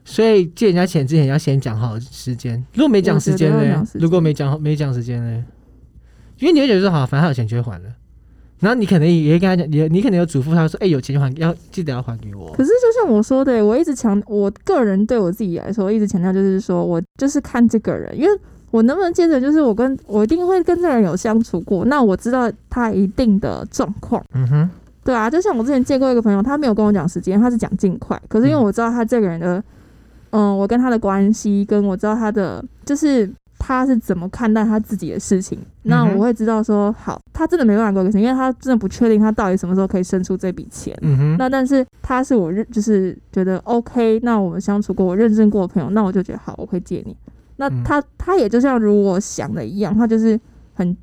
[SPEAKER 1] 所以借人家钱之前要先讲好时间，如果没讲时间
[SPEAKER 2] 我觉得要
[SPEAKER 1] 呢
[SPEAKER 2] 讲时？间
[SPEAKER 1] 如果没讲没讲时间呢？因为你会觉得说好，反正他有钱就会还了。然后你可能也会跟他讲，也你可能有嘱咐他说，哎、有钱就还，要记得要还给我
[SPEAKER 2] 可。是就像我说的，我一直强，我个人对我自己来说，我一直强调就是说我就是看这个人，因为我能不能接着，就是我跟我一定会跟这个人有相处过，那我知道他一定的状况，
[SPEAKER 1] 嗯哼，
[SPEAKER 2] 对啊，就像我之前见过一个朋友，他没有跟我讲时间，他是讲尽快，可是因为
[SPEAKER 1] 嗯
[SPEAKER 2] 我知道他这个人的，嗯，我跟他的关系，跟我知道他的就是。他是怎么看待他自己的事情？那
[SPEAKER 1] 嗯哼
[SPEAKER 2] 我会知道说，好，他真的没办法给我个钱，因为他真的不确定他到底什么时候可以生出这笔钱。
[SPEAKER 1] 嗯哼，
[SPEAKER 2] 那但是他是我认，就是觉得 OK，那我们相处过，我认证过的朋友，那我就觉得好，我会借你。那
[SPEAKER 1] 嗯
[SPEAKER 2] 他、他也就像如我想的一样，他就是很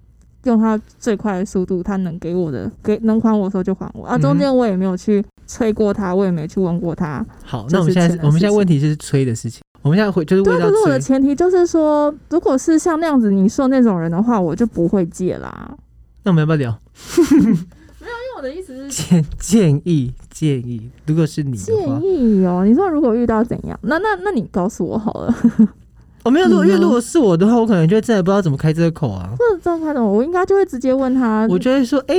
[SPEAKER 2] 用他最快的速度，他能给我的给能还我的时候就还我啊。
[SPEAKER 1] 嗯
[SPEAKER 2] 中间我也没有去催过他，我也没去问过他。
[SPEAKER 1] 好，
[SPEAKER 2] 这
[SPEAKER 1] 那我们现
[SPEAKER 2] 是
[SPEAKER 1] 在
[SPEAKER 2] 钱
[SPEAKER 1] 是
[SPEAKER 2] 的
[SPEAKER 1] 我们现在
[SPEAKER 2] 事情
[SPEAKER 1] 问题就是催的事情，我们现在回就是
[SPEAKER 2] 对
[SPEAKER 1] 问
[SPEAKER 2] 啊，
[SPEAKER 1] 到
[SPEAKER 2] 可是我的
[SPEAKER 1] 催。
[SPEAKER 2] 前提就是说，如果是像那样子你说那种人的话，我就不会借啦。
[SPEAKER 1] 那我们要不要聊
[SPEAKER 2] 因为我的意思是。
[SPEAKER 1] 建建议建议？如果是你的
[SPEAKER 2] 建
[SPEAKER 1] 话，
[SPEAKER 2] 议哦，你说如果遇到怎样？那那那你告诉我好了，
[SPEAKER 1] 我、哦没有，如果因为
[SPEAKER 2] 你呢
[SPEAKER 1] 如果是我的话，我可能就真的不知道怎么开这个口啊。
[SPEAKER 2] 或者这样看懂，我应该就会直接问他。
[SPEAKER 1] 我就会说，哎、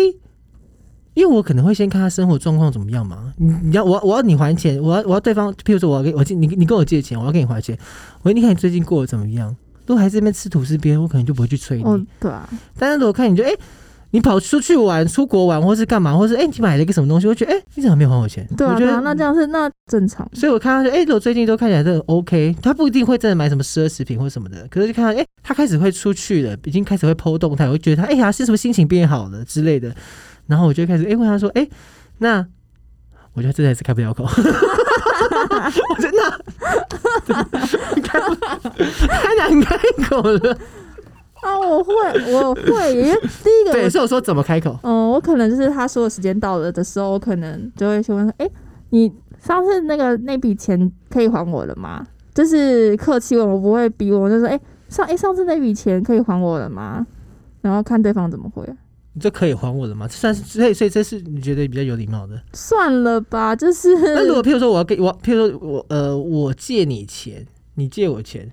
[SPEAKER 1] 因为我可能会先看他生活状况怎么样嘛。你你要我要我要你还钱，我要我要对方，譬如说我要给我借你你跟我借钱，我要跟你还钱。我说你看你最近过得怎么样？如果还是在那边吃土司边，我可能就不会去催你。
[SPEAKER 2] 哦，对啊，
[SPEAKER 1] 但是如果看你就哎、你跑出去玩、出国玩，或是干嘛，或是哎、你买了一个什么东西，我觉得哎、你怎么没有还我钱？
[SPEAKER 2] 对啊，
[SPEAKER 1] 我觉
[SPEAKER 2] 对
[SPEAKER 1] 得
[SPEAKER 2] 啊，那这样是那 正常。
[SPEAKER 1] 所以我看到说，哎、我最近都看起来都很 OK，他不一定会真的买什么奢侈品或什么的，可是就看到，哎、他开始会出去了，已经开始会剖动态，我就觉得他，哎、呀，是什么心情变好了之类的，然后我就开始，哎、问他说，哎、那我觉得这还是开不了口，我真的开不 太难开口了，
[SPEAKER 2] 啊，我会，我会，因 为第一个
[SPEAKER 1] 对，
[SPEAKER 2] 我
[SPEAKER 1] 所以我说怎么开口，
[SPEAKER 2] 嗯，我可能就是他说的时间到了的时候，我可能就会去问他，哎、你上次那个那笔钱可以还我了吗？就是客气问，我不会逼问，我就说，哎、上哎、上次那笔钱可以还我了吗？然后看对方怎么回。啊
[SPEAKER 1] 你就可以还我了嘛，这算是，所以所以这是你觉得比较有礼貌的。
[SPEAKER 2] 算了吧，就是
[SPEAKER 1] 那如果譬如说我要给我，譬如说我呃，我借你钱，你借我钱，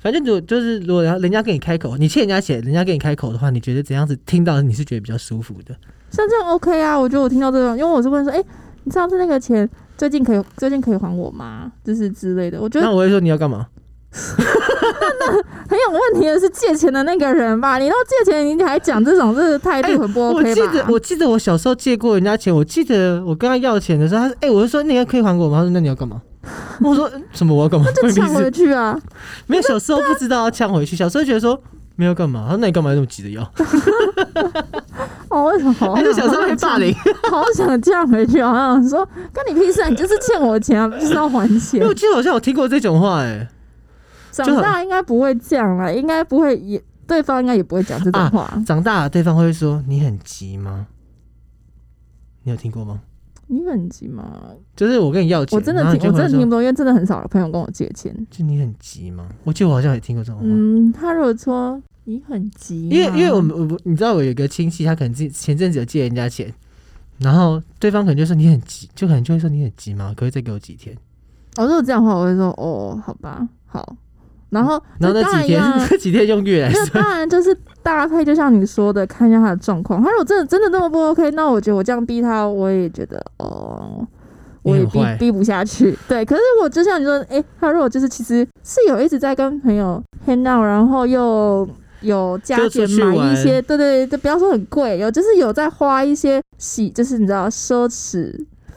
[SPEAKER 1] 反正就就是如果人家跟你开口，你欠人家钱，人家跟你开口的话，你觉得怎样子听到你是觉得比较舒服的？
[SPEAKER 2] 像这样 OK 啊。我觉得我听到这种，因为我是问说，哎、你上次那个钱最近可以最近可以还我吗？就是之类的。我觉得
[SPEAKER 1] 那我会说你要干嘛？
[SPEAKER 2] 很有问题的是借钱的那个人吧，你都借钱，你还讲这种，这个态
[SPEAKER 1] 哎
[SPEAKER 2] 度很不
[SPEAKER 1] 我
[SPEAKER 2] OK
[SPEAKER 1] 记
[SPEAKER 2] 吧？
[SPEAKER 1] 得我记得我小时候借过人家钱，我记得我跟他要钱的时候，他说哎、我就说那个可以还给我吗？他说那你要干嘛？ 我说嗯什么 我要干嘛？
[SPEAKER 2] 就
[SPEAKER 1] 关你屁
[SPEAKER 2] 抢
[SPEAKER 1] 事
[SPEAKER 2] 回去啊！
[SPEAKER 1] 没有小时候不知道要呛回去，小时候觉得说没有干嘛，他说那你干嘛那么急着要？
[SPEAKER 2] 哦，为什么 好？
[SPEAKER 1] 还哎是小时候被霸凌？
[SPEAKER 2] 好想这样回去，好想说跟你屁事啊，你就是欠我钱啊，就是要还 钱
[SPEAKER 1] 因为。我记得好像有听过这种话哎、
[SPEAKER 2] 长大应该不会这样了，应该不会也，对方应该也不会讲这种话。
[SPEAKER 1] 长大了，对方会说你很急吗？你有听过吗？
[SPEAKER 2] 你很急吗？
[SPEAKER 1] 就是我跟你要钱，
[SPEAKER 2] 我真的
[SPEAKER 1] 然后你
[SPEAKER 2] 听，
[SPEAKER 1] 就
[SPEAKER 2] 我
[SPEAKER 1] 会
[SPEAKER 2] 真的
[SPEAKER 1] 说
[SPEAKER 2] 听不懂，因为真的很少有朋友跟我借钱。
[SPEAKER 1] 就你很急吗？我记得我好像也听过这种话，
[SPEAKER 2] 嗯，他如果说你很急吗，
[SPEAKER 1] 哦因为因为我
[SPEAKER 2] 嗯
[SPEAKER 1] 们我你知道我有一个亲戚，他可能自己前阵子有借人家钱，然后对方可能就说你很急，就可能就会说你很急吗？可不可以再给我几天？
[SPEAKER 2] 我如果这样的话，我会说哦，好吧，好。然后
[SPEAKER 1] 然后那
[SPEAKER 2] 当
[SPEAKER 1] 几
[SPEAKER 2] 然
[SPEAKER 1] 天
[SPEAKER 2] 要
[SPEAKER 1] 那几天用月来
[SPEAKER 2] 那
[SPEAKER 1] 算，
[SPEAKER 2] 当然就是搭配，就像你说的，看一下他的状况。他如果真的真的那么不 OK，那我觉得我这样逼他，我也觉得哦，我也
[SPEAKER 1] 你很
[SPEAKER 2] 逼
[SPEAKER 1] 坏
[SPEAKER 2] 逼不下去。对，可是我就像你说，诶，他如果就是其实是有一直在跟朋友 hang out，然后又有加
[SPEAKER 1] 就
[SPEAKER 2] 减
[SPEAKER 1] 出去
[SPEAKER 2] 买
[SPEAKER 1] 玩
[SPEAKER 2] 一些，对对对，就不要说很贵，有就是有在花一些喜，就是你知道奢侈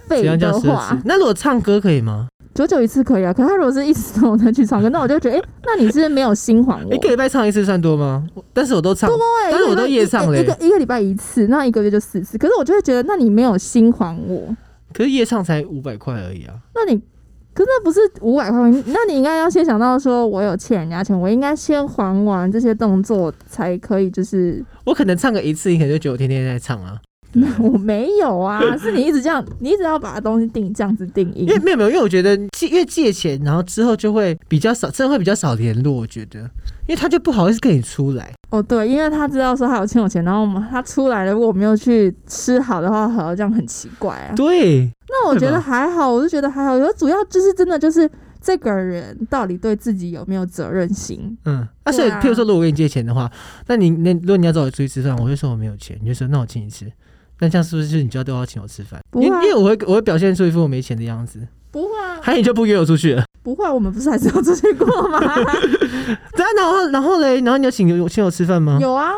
[SPEAKER 2] 费
[SPEAKER 1] 怎样叫
[SPEAKER 2] 的
[SPEAKER 1] 奢
[SPEAKER 2] 话
[SPEAKER 1] 侈，？那如果唱歌可以吗？
[SPEAKER 2] 久久一次可以啊。可是他如果是一直 跟我再去唱歌，那我就觉得，诶，那你是不是没有心还 我？
[SPEAKER 1] 一个礼拜唱一次算多吗？我但是我都唱，
[SPEAKER 2] 对
[SPEAKER 1] 但是我都夜唱嘞
[SPEAKER 2] 一个一个礼拜一次，那一个月就四次。可是我就会觉得，那你没有心还我，
[SPEAKER 1] 可是夜唱才五百块而已啊。
[SPEAKER 2] 那你可是那不是五百块吗？那你应该要先想到说，我有欠人家钱，我应该先还完这些动作才可以。就是
[SPEAKER 1] 我可能唱个一次，你可能就觉得我天天在唱啊。对
[SPEAKER 2] 我没有啊，是你一直这样，你一直要把东西定这样子定义
[SPEAKER 1] 因为。没有没有，因为我觉得借，因为借钱，然后之后就会比较少，真的会比较少联络。我觉得，因为他就不好意思跟你出来，
[SPEAKER 2] 哦，对，因为他知道说他有欠我钱，然后我们他出来了，如果我没有去吃好的话，好像这样很奇怪啊。
[SPEAKER 1] 对，
[SPEAKER 2] 那我觉
[SPEAKER 1] 对吧
[SPEAKER 2] 得还好，我就觉得还好。有主要就是真的就是这个人到底对自己有没有责任心？
[SPEAKER 1] 嗯，啊，所以
[SPEAKER 2] 对啊
[SPEAKER 1] 譬如说，如果我跟你借钱的话，那你那如果你要找我出去吃饭，我就说我没有钱，你就说那我请你吃，那这样是不是你就要都要请我吃饭？
[SPEAKER 2] 不
[SPEAKER 1] 因为
[SPEAKER 2] 会啊
[SPEAKER 1] 因为我会我会表现出一副我没钱的样子，哎
[SPEAKER 2] 不会啊，
[SPEAKER 1] 还有你就不约我出去了，
[SPEAKER 2] 不会啊，我们不是还是有出去过吗？
[SPEAKER 1] 对啊，然后然后嘞，然后你要请我请我吃饭吗？
[SPEAKER 2] 有啊，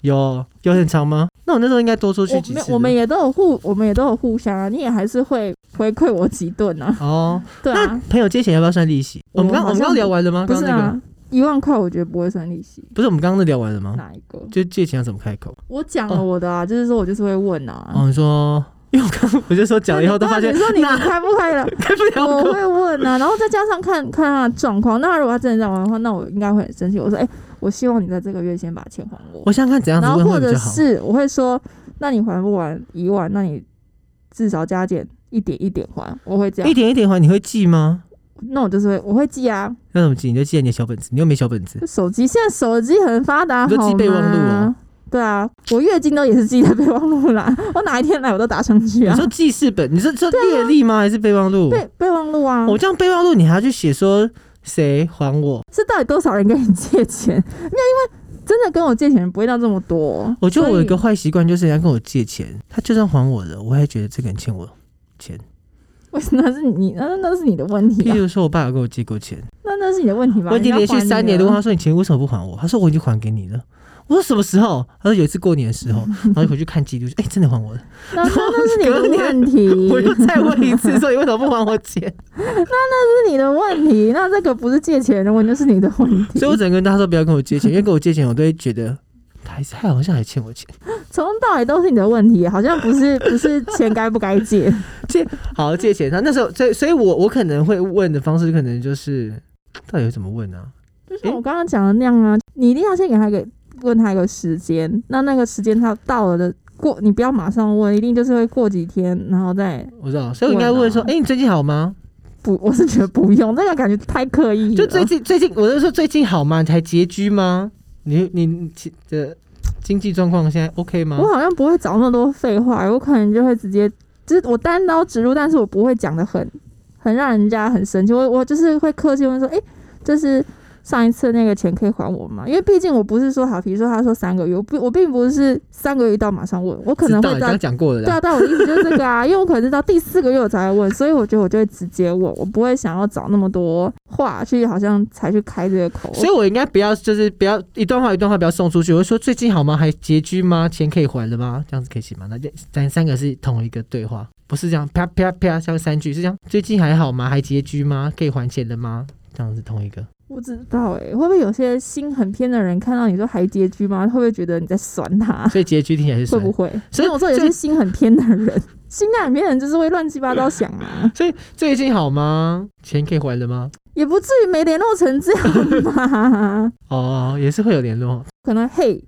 [SPEAKER 1] 有有很长吗？那我那时候应该多 出去
[SPEAKER 2] 我
[SPEAKER 1] 几
[SPEAKER 2] 们
[SPEAKER 1] 次的。
[SPEAKER 2] 我们也都有互，我们也都有互相啊，你也还是会回馈我几顿啊，
[SPEAKER 1] 哦，
[SPEAKER 2] 对
[SPEAKER 1] 那
[SPEAKER 2] 啊，
[SPEAKER 1] 朋友借钱要不要算利息？我们刚
[SPEAKER 2] 我
[SPEAKER 1] 我
[SPEAKER 2] 好像
[SPEAKER 1] 们刚聊完了吗？
[SPEAKER 2] 不
[SPEAKER 1] 刚
[SPEAKER 2] 是
[SPEAKER 1] 刚那个
[SPEAKER 2] 啊，一万块我觉得不会算利息，
[SPEAKER 1] 不是我们刚刚那聊完了吗？
[SPEAKER 2] 哪一个？
[SPEAKER 1] 就借钱要怎么开口？
[SPEAKER 2] 我讲了我的啊，就是说我就是会问啊。
[SPEAKER 1] 哦，你说， 因为我刚我就说讲了以后都发现
[SPEAKER 2] 你说你
[SPEAKER 1] 那
[SPEAKER 2] 开不开了？
[SPEAKER 1] 开不 了
[SPEAKER 2] 我
[SPEAKER 1] 口，
[SPEAKER 2] 会问啊，然后再加上看看他的状况。那如果他真的这样玩的话，那我应该会很生气。我说，哎、我希望你在这个月先把钱还我。
[SPEAKER 1] 我想想看怎样子
[SPEAKER 2] 然后
[SPEAKER 1] 问
[SPEAKER 2] 或
[SPEAKER 1] 会比
[SPEAKER 2] 者
[SPEAKER 1] 较好。
[SPEAKER 2] 是我会说，那你还不完一万，那你至少加减一点一点还。我会这
[SPEAKER 1] 一
[SPEAKER 2] 样，
[SPEAKER 1] 点一点还，你会记吗？
[SPEAKER 2] 那我就是会我会记啊，
[SPEAKER 1] 要怎么记？你就记你的小本子，你又没小本子
[SPEAKER 2] 就，手机现在手机很发达，
[SPEAKER 1] 你就记
[SPEAKER 2] 好
[SPEAKER 1] 备忘录
[SPEAKER 2] 吗
[SPEAKER 1] 哦
[SPEAKER 2] 对啊，我月经都也是记在备忘录啦。 我哪一天来我都打上去
[SPEAKER 1] 你
[SPEAKER 2] 啊，
[SPEAKER 1] 说记事本，你是说月历吗？还是备忘录？
[SPEAKER 2] 备备忘录啊。
[SPEAKER 1] 我这样备忘录，你还要去写说谁还我？
[SPEAKER 2] 是到底多少人跟你借钱？没有，因为真的跟我借钱人不会到这么多。
[SPEAKER 1] 我觉得我有一个
[SPEAKER 2] 所
[SPEAKER 1] 坏习惯，就是人家跟我借钱，他就算还我了，我还觉得这个人欠我钱。
[SPEAKER 2] 以为什么那是你那那是你的问题、
[SPEAKER 1] 譬
[SPEAKER 2] 啊？
[SPEAKER 1] 如说，我爸有跟我借过钱。
[SPEAKER 2] 那那是你的问题吧？
[SPEAKER 1] 嗯我已经
[SPEAKER 2] 人
[SPEAKER 1] 连
[SPEAKER 2] 家
[SPEAKER 1] 续
[SPEAKER 2] 还你啊
[SPEAKER 1] 三年都问
[SPEAKER 2] 了
[SPEAKER 1] 他说你钱为什么不还我？他说我已经还给你了。我说什么时候？他说有一次过年的时 候，然后就回去看记录，哎、真的还我了。
[SPEAKER 2] 那那那是你的问题，
[SPEAKER 1] 我又再问一次，说你为什么不还我 钱？
[SPEAKER 2] 那是你的问题。那这个不是借钱的问题，是你的问题。
[SPEAKER 1] 所以我只能跟他说不要跟我借钱，因为跟我借钱，我都会觉得他还他好像还欠我钱。
[SPEAKER 2] 从头到尾都是你的问题，好像不是 不是钱该不 该借。
[SPEAKER 1] 借好借钱，他那时候，所以所以我我可能会问的方式，可能就是到底有怎么问啊？
[SPEAKER 2] 就像我刚刚讲的那样啊，你一定要先给他一个问他一个时间，那那个时间他到了的过，你不要马上问，一定就是会过几天，然后再
[SPEAKER 1] 我知道，所以我应该问说，哎、
[SPEAKER 2] 问啊
[SPEAKER 1] 你最近好吗？
[SPEAKER 2] 不，我是觉得不用，那个感觉太刻意了。
[SPEAKER 1] 就最近最近，我就说最近好吗？你还拮据吗？你你你的经济状况现在 OK 吗
[SPEAKER 2] 我？好像不会找那么多废话，我可能就会直接，就是我单刀直入，但是我不会讲的很很让人家很生气。我我就是会客气问说，诶，就是上一次那个钱可以还我吗？因为毕竟我不是说好，比如说他说三个月，我不我并不是三个月一到马上问，我可能
[SPEAKER 1] 知道
[SPEAKER 2] 会
[SPEAKER 1] 你
[SPEAKER 2] 到
[SPEAKER 1] 刚刚讲过了
[SPEAKER 2] 对
[SPEAKER 1] 啦
[SPEAKER 2] 啊，。但我的意思就是这个啊，因为 我可能是到第四个月我才会问，所以我觉得我就会直接问，我不会想要找那么多话去好像才去开这个口。
[SPEAKER 1] 所以我应该不要，就是不要一段话一段话不要送出去。我就说最近好吗？还拮据吗？钱可以还了吗？这样子可以行吗？那这咱三个是同一个对话，不是这样啪啪啪像三句，是这样最近还好吗？还拮据吗？可以还钱了吗？这样子同一个。
[SPEAKER 2] 不知道哎、会不会有些心很偏的人看到你说还拮据吗？会不会觉得你在酸他？
[SPEAKER 1] 所以拮据听起来是
[SPEAKER 2] 会
[SPEAKER 1] 酸
[SPEAKER 2] 不会？
[SPEAKER 1] 所以
[SPEAKER 2] 我说有些心很偏的人，心态很偏的人就是会乱七八糟想啊，
[SPEAKER 1] 所以最近好吗？钱可以还了吗？
[SPEAKER 2] 也不至于没联络成这样吧？
[SPEAKER 1] 哦，也是会有联络。
[SPEAKER 2] 可能嘿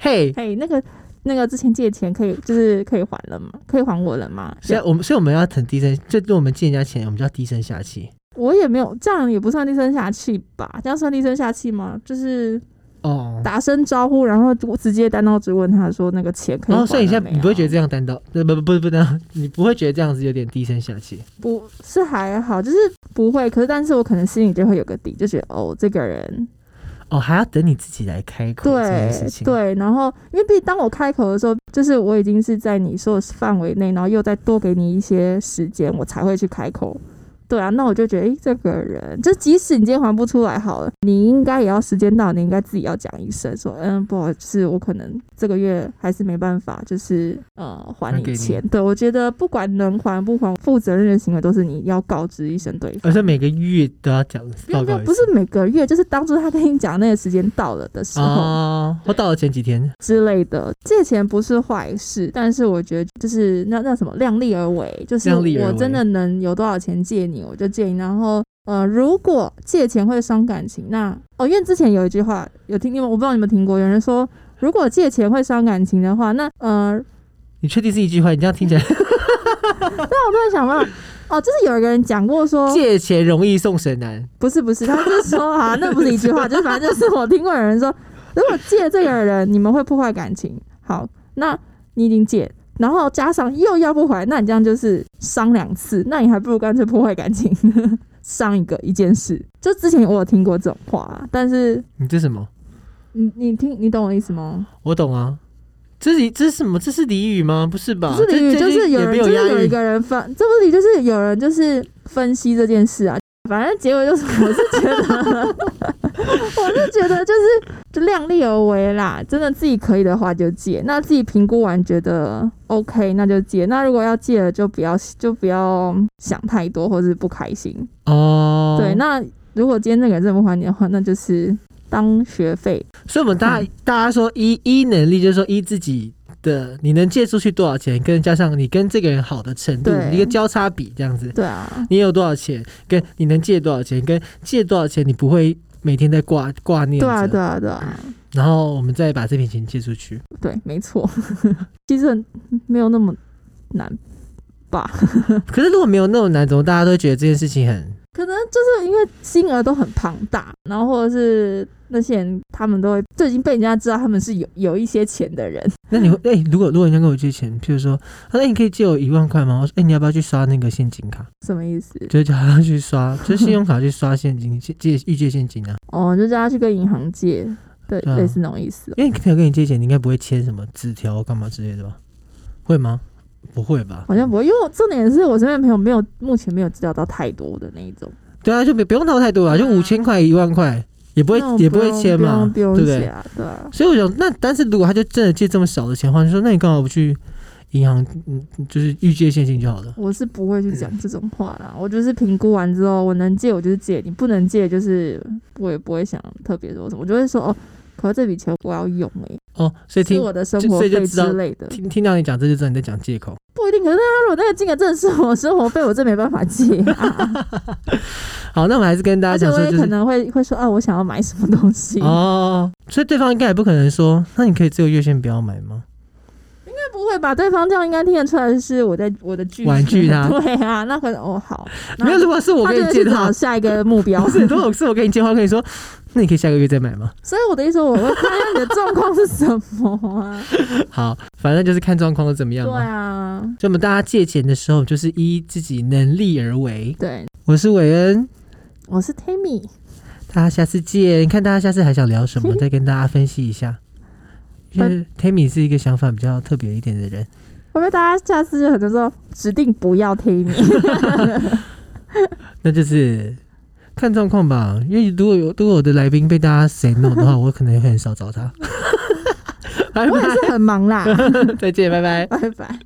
[SPEAKER 1] 嘿、
[SPEAKER 2] 嘿，那个那个之前借钱可以就是可以还了吗？可以还我了吗？
[SPEAKER 1] 所以我们所以我们要很低声，就对我们借人家钱，我们就要低声下气。
[SPEAKER 2] 我也没有，这样也不算低声下气吧？这样算低声下气吗？就是
[SPEAKER 1] 哦，
[SPEAKER 2] 打声招呼，然后我直接单刀直问他说那个钱可以
[SPEAKER 1] 然
[SPEAKER 2] 还了没有、啊
[SPEAKER 1] 后哦所以你现在你不会觉得这样单刀，不不不不单，你不会觉得这样子有点低声下气。
[SPEAKER 2] 不是还好，就是不会。可是但是我可能心里就会有个底，就觉得哦，这个人
[SPEAKER 1] 哦，还要等你自己来开口这件事
[SPEAKER 2] 对
[SPEAKER 1] 情。，
[SPEAKER 2] 对。然后因为毕竟当我开口的时候，就是我已经是在你说的范围内，然后又再多给你一些时间，我才会去开口。对啊，那我就觉得，诶，这个人，就即使你今天还不出来好了，你应该也要时间到，你应该自己要讲一声，说，嗯，不好意思，我可能这个月还是没办法，就是呃，还
[SPEAKER 1] 还给
[SPEAKER 2] 你
[SPEAKER 1] 你
[SPEAKER 2] 钱。对我觉得，不管能还不还，负责任的行为都是你要告知一声对方。
[SPEAKER 1] 而且每个月都要讲
[SPEAKER 2] 不
[SPEAKER 1] 报
[SPEAKER 2] 用不
[SPEAKER 1] 告
[SPEAKER 2] 用，
[SPEAKER 1] 一
[SPEAKER 2] 不
[SPEAKER 1] 次。
[SPEAKER 2] 是每个月，就是当初他跟你讲那个时间到了的时候，
[SPEAKER 1] 哦，我到了前几天，
[SPEAKER 2] 之类的，借钱不是坏事，但是我觉得就是那那什么量力而为，就是
[SPEAKER 1] 量力而为
[SPEAKER 2] 我真的能有多少钱借你，我就借你。然后呃，如果借钱会伤感情，那哦，因为之前有一句话有听你们，我不知道你们听过，有人说如果借钱会伤感情的话，那呃，
[SPEAKER 1] 你确定是一句话？你这样听起
[SPEAKER 2] 嗯
[SPEAKER 1] 来，
[SPEAKER 2] 那我突然想到，哦，就是有一个人讲过说，
[SPEAKER 1] 借钱容易送神难。
[SPEAKER 2] 不是不是，他就是说啊，那不是一句话，就是反正就是我听过有人说，如果借这个人，你们会破坏感情。好，那你已经借，然后加上又要不还，那你这样就是伤两次，那你还不如干脆破坏感情，伤一个一件事。就之前我有听过这种话，但是
[SPEAKER 1] 你这什么？
[SPEAKER 2] 你你听你懂我意思吗？
[SPEAKER 1] 我懂啊。这是这是什么？这是俚语吗？不是吧？
[SPEAKER 2] 不是俚语，
[SPEAKER 1] 这这
[SPEAKER 2] 就是有
[SPEAKER 1] 也没
[SPEAKER 2] 人
[SPEAKER 1] 有
[SPEAKER 2] 就是
[SPEAKER 1] 押
[SPEAKER 2] 有一
[SPEAKER 1] 韵。
[SPEAKER 2] 个人分，这不是就是有人就是分析这件事啊。反正结尾就是，我是觉得， 我是觉得就是就量力而为啦。真的自己可以的话就借，那自己评估完觉得 OK 那就借。那如果要借了就不要就不要想太多，或是不开心。
[SPEAKER 1] 哦，
[SPEAKER 2] 对，那如果今天那个人真的不还你的话，那就是当学费。
[SPEAKER 1] 所以我们大家、
[SPEAKER 2] 嗯
[SPEAKER 1] 大家说依依能力，就是说依自己的你能借出去多少钱，跟加上你跟这个人好的程度，
[SPEAKER 2] 对
[SPEAKER 1] 一个交叉比这样子，
[SPEAKER 2] 对啊，
[SPEAKER 1] 你有多少钱，跟你能借多少钱，跟借多少钱你不会每天在挂挂念着，
[SPEAKER 2] 对啊，对啊，对啊。
[SPEAKER 1] 然后我们再把这笔钱借出去。
[SPEAKER 2] 对，没错， 其实很没有那么难吧？
[SPEAKER 1] 可是如果没有那种难，怎么大家都会觉得这件事情很
[SPEAKER 2] 可能就是因为金额都很庞大，然后或者是那些人他们都会就已经被人家知道他们是有有一些钱的人，
[SPEAKER 1] 那你会
[SPEAKER 2] 嗯
[SPEAKER 1] 哎、如果如果人家跟我借钱，譬如说，他、说哎你可以借我一万块吗？我说哎、你要不要去刷那个现金卡？
[SPEAKER 2] 什么意思？
[SPEAKER 1] 就叫他去刷，就是信用卡去刷现金，借借预借现金啊。
[SPEAKER 2] 哦，就叫他去跟银行借，对，
[SPEAKER 1] 对啊
[SPEAKER 2] 类似那种意思哦。
[SPEAKER 1] 因为朋友跟你借钱，你应该不会签什么纸条干嘛之类的吧？会吗？不会吧？
[SPEAKER 2] 好像不会，因为我重点是我身边的朋友没有，目前没有知道到太多的那一种。
[SPEAKER 1] 对啊，就别不用掏太多啊，就
[SPEAKER 2] 对啊
[SPEAKER 1] 五千块、一万块，也不会
[SPEAKER 2] 那我
[SPEAKER 1] 也不会
[SPEAKER 2] 用
[SPEAKER 1] 签嘛，
[SPEAKER 2] 不用
[SPEAKER 1] 对
[SPEAKER 2] 不
[SPEAKER 1] 不
[SPEAKER 2] 用
[SPEAKER 1] 对？
[SPEAKER 2] 写啊，对啊，
[SPEAKER 1] 所以我想，那但是如果他就真的借这么少的钱的话，你说那你干嘛不去银行，嗯，就是预借现金就好了？
[SPEAKER 2] 我是不会去讲这种话啦。我就是评估完之后，我能借我就是借，你不能借就是我也不会想特别说什么，我就会说哦，可是这笔钱我要用欸诶、
[SPEAKER 1] 哦，所以
[SPEAKER 2] 是
[SPEAKER 1] 听
[SPEAKER 2] 我的生
[SPEAKER 1] 就
[SPEAKER 2] 活
[SPEAKER 1] 所以就
[SPEAKER 2] 费
[SPEAKER 1] 知道
[SPEAKER 2] 之类的，
[SPEAKER 1] 听听到你讲这就知道你在讲借口。
[SPEAKER 2] 不一定。可是他如果那个金额真的是我生活费，我真没办法借 啊。
[SPEAKER 1] 好，那我们还是跟大家讲
[SPEAKER 2] 而且我
[SPEAKER 1] 说，
[SPEAKER 2] 也
[SPEAKER 1] 就
[SPEAKER 2] 可
[SPEAKER 1] 是
[SPEAKER 2] 能会会说啊，我想要买什么东西，
[SPEAKER 1] 哦，所以对方应该也不可能说，那你可以只有月线不要买吗？
[SPEAKER 2] 那不会吧？对方这样应该听得出来是我在我的拒绝
[SPEAKER 1] 婉拒他
[SPEAKER 2] 对啊，那可能哦好，
[SPEAKER 1] 没有，如果是我
[SPEAKER 2] 他
[SPEAKER 1] 跟
[SPEAKER 2] 就
[SPEAKER 1] 你
[SPEAKER 2] 会
[SPEAKER 1] 借
[SPEAKER 2] 去
[SPEAKER 1] 的
[SPEAKER 2] 找
[SPEAKER 1] 话，
[SPEAKER 2] 下一个目标
[SPEAKER 1] 不。是，如果是我跟你借的话，跟你说，那你可以下个月再买吗？
[SPEAKER 2] 所以我的意思，我会 看一下你的状况是什么啊？
[SPEAKER 1] 好，反正就是看状况是怎么样
[SPEAKER 2] 对
[SPEAKER 1] 嘛。
[SPEAKER 2] 啊，
[SPEAKER 1] 所以我们大家借钱的时候，就是依自己能力而为。
[SPEAKER 2] 对，
[SPEAKER 1] 我是韦恩，
[SPEAKER 2] 我是 Tammy，
[SPEAKER 1] 大家下次见。看大家下次还想聊什 么，再跟大家分析一下。因为 Tammy 是一个想法比较特别一点的人。
[SPEAKER 2] 会不会大家下次就很多说指定不要 Tammy？
[SPEAKER 1] 那就是看状况吧。因为如果有如果我的来宾被大家谁弄的 话，我可能会很少找他。拜
[SPEAKER 2] 我也
[SPEAKER 1] 拜，
[SPEAKER 2] 是很忙啦，
[SPEAKER 1] 再见，拜拜。
[SPEAKER 2] 拜拜。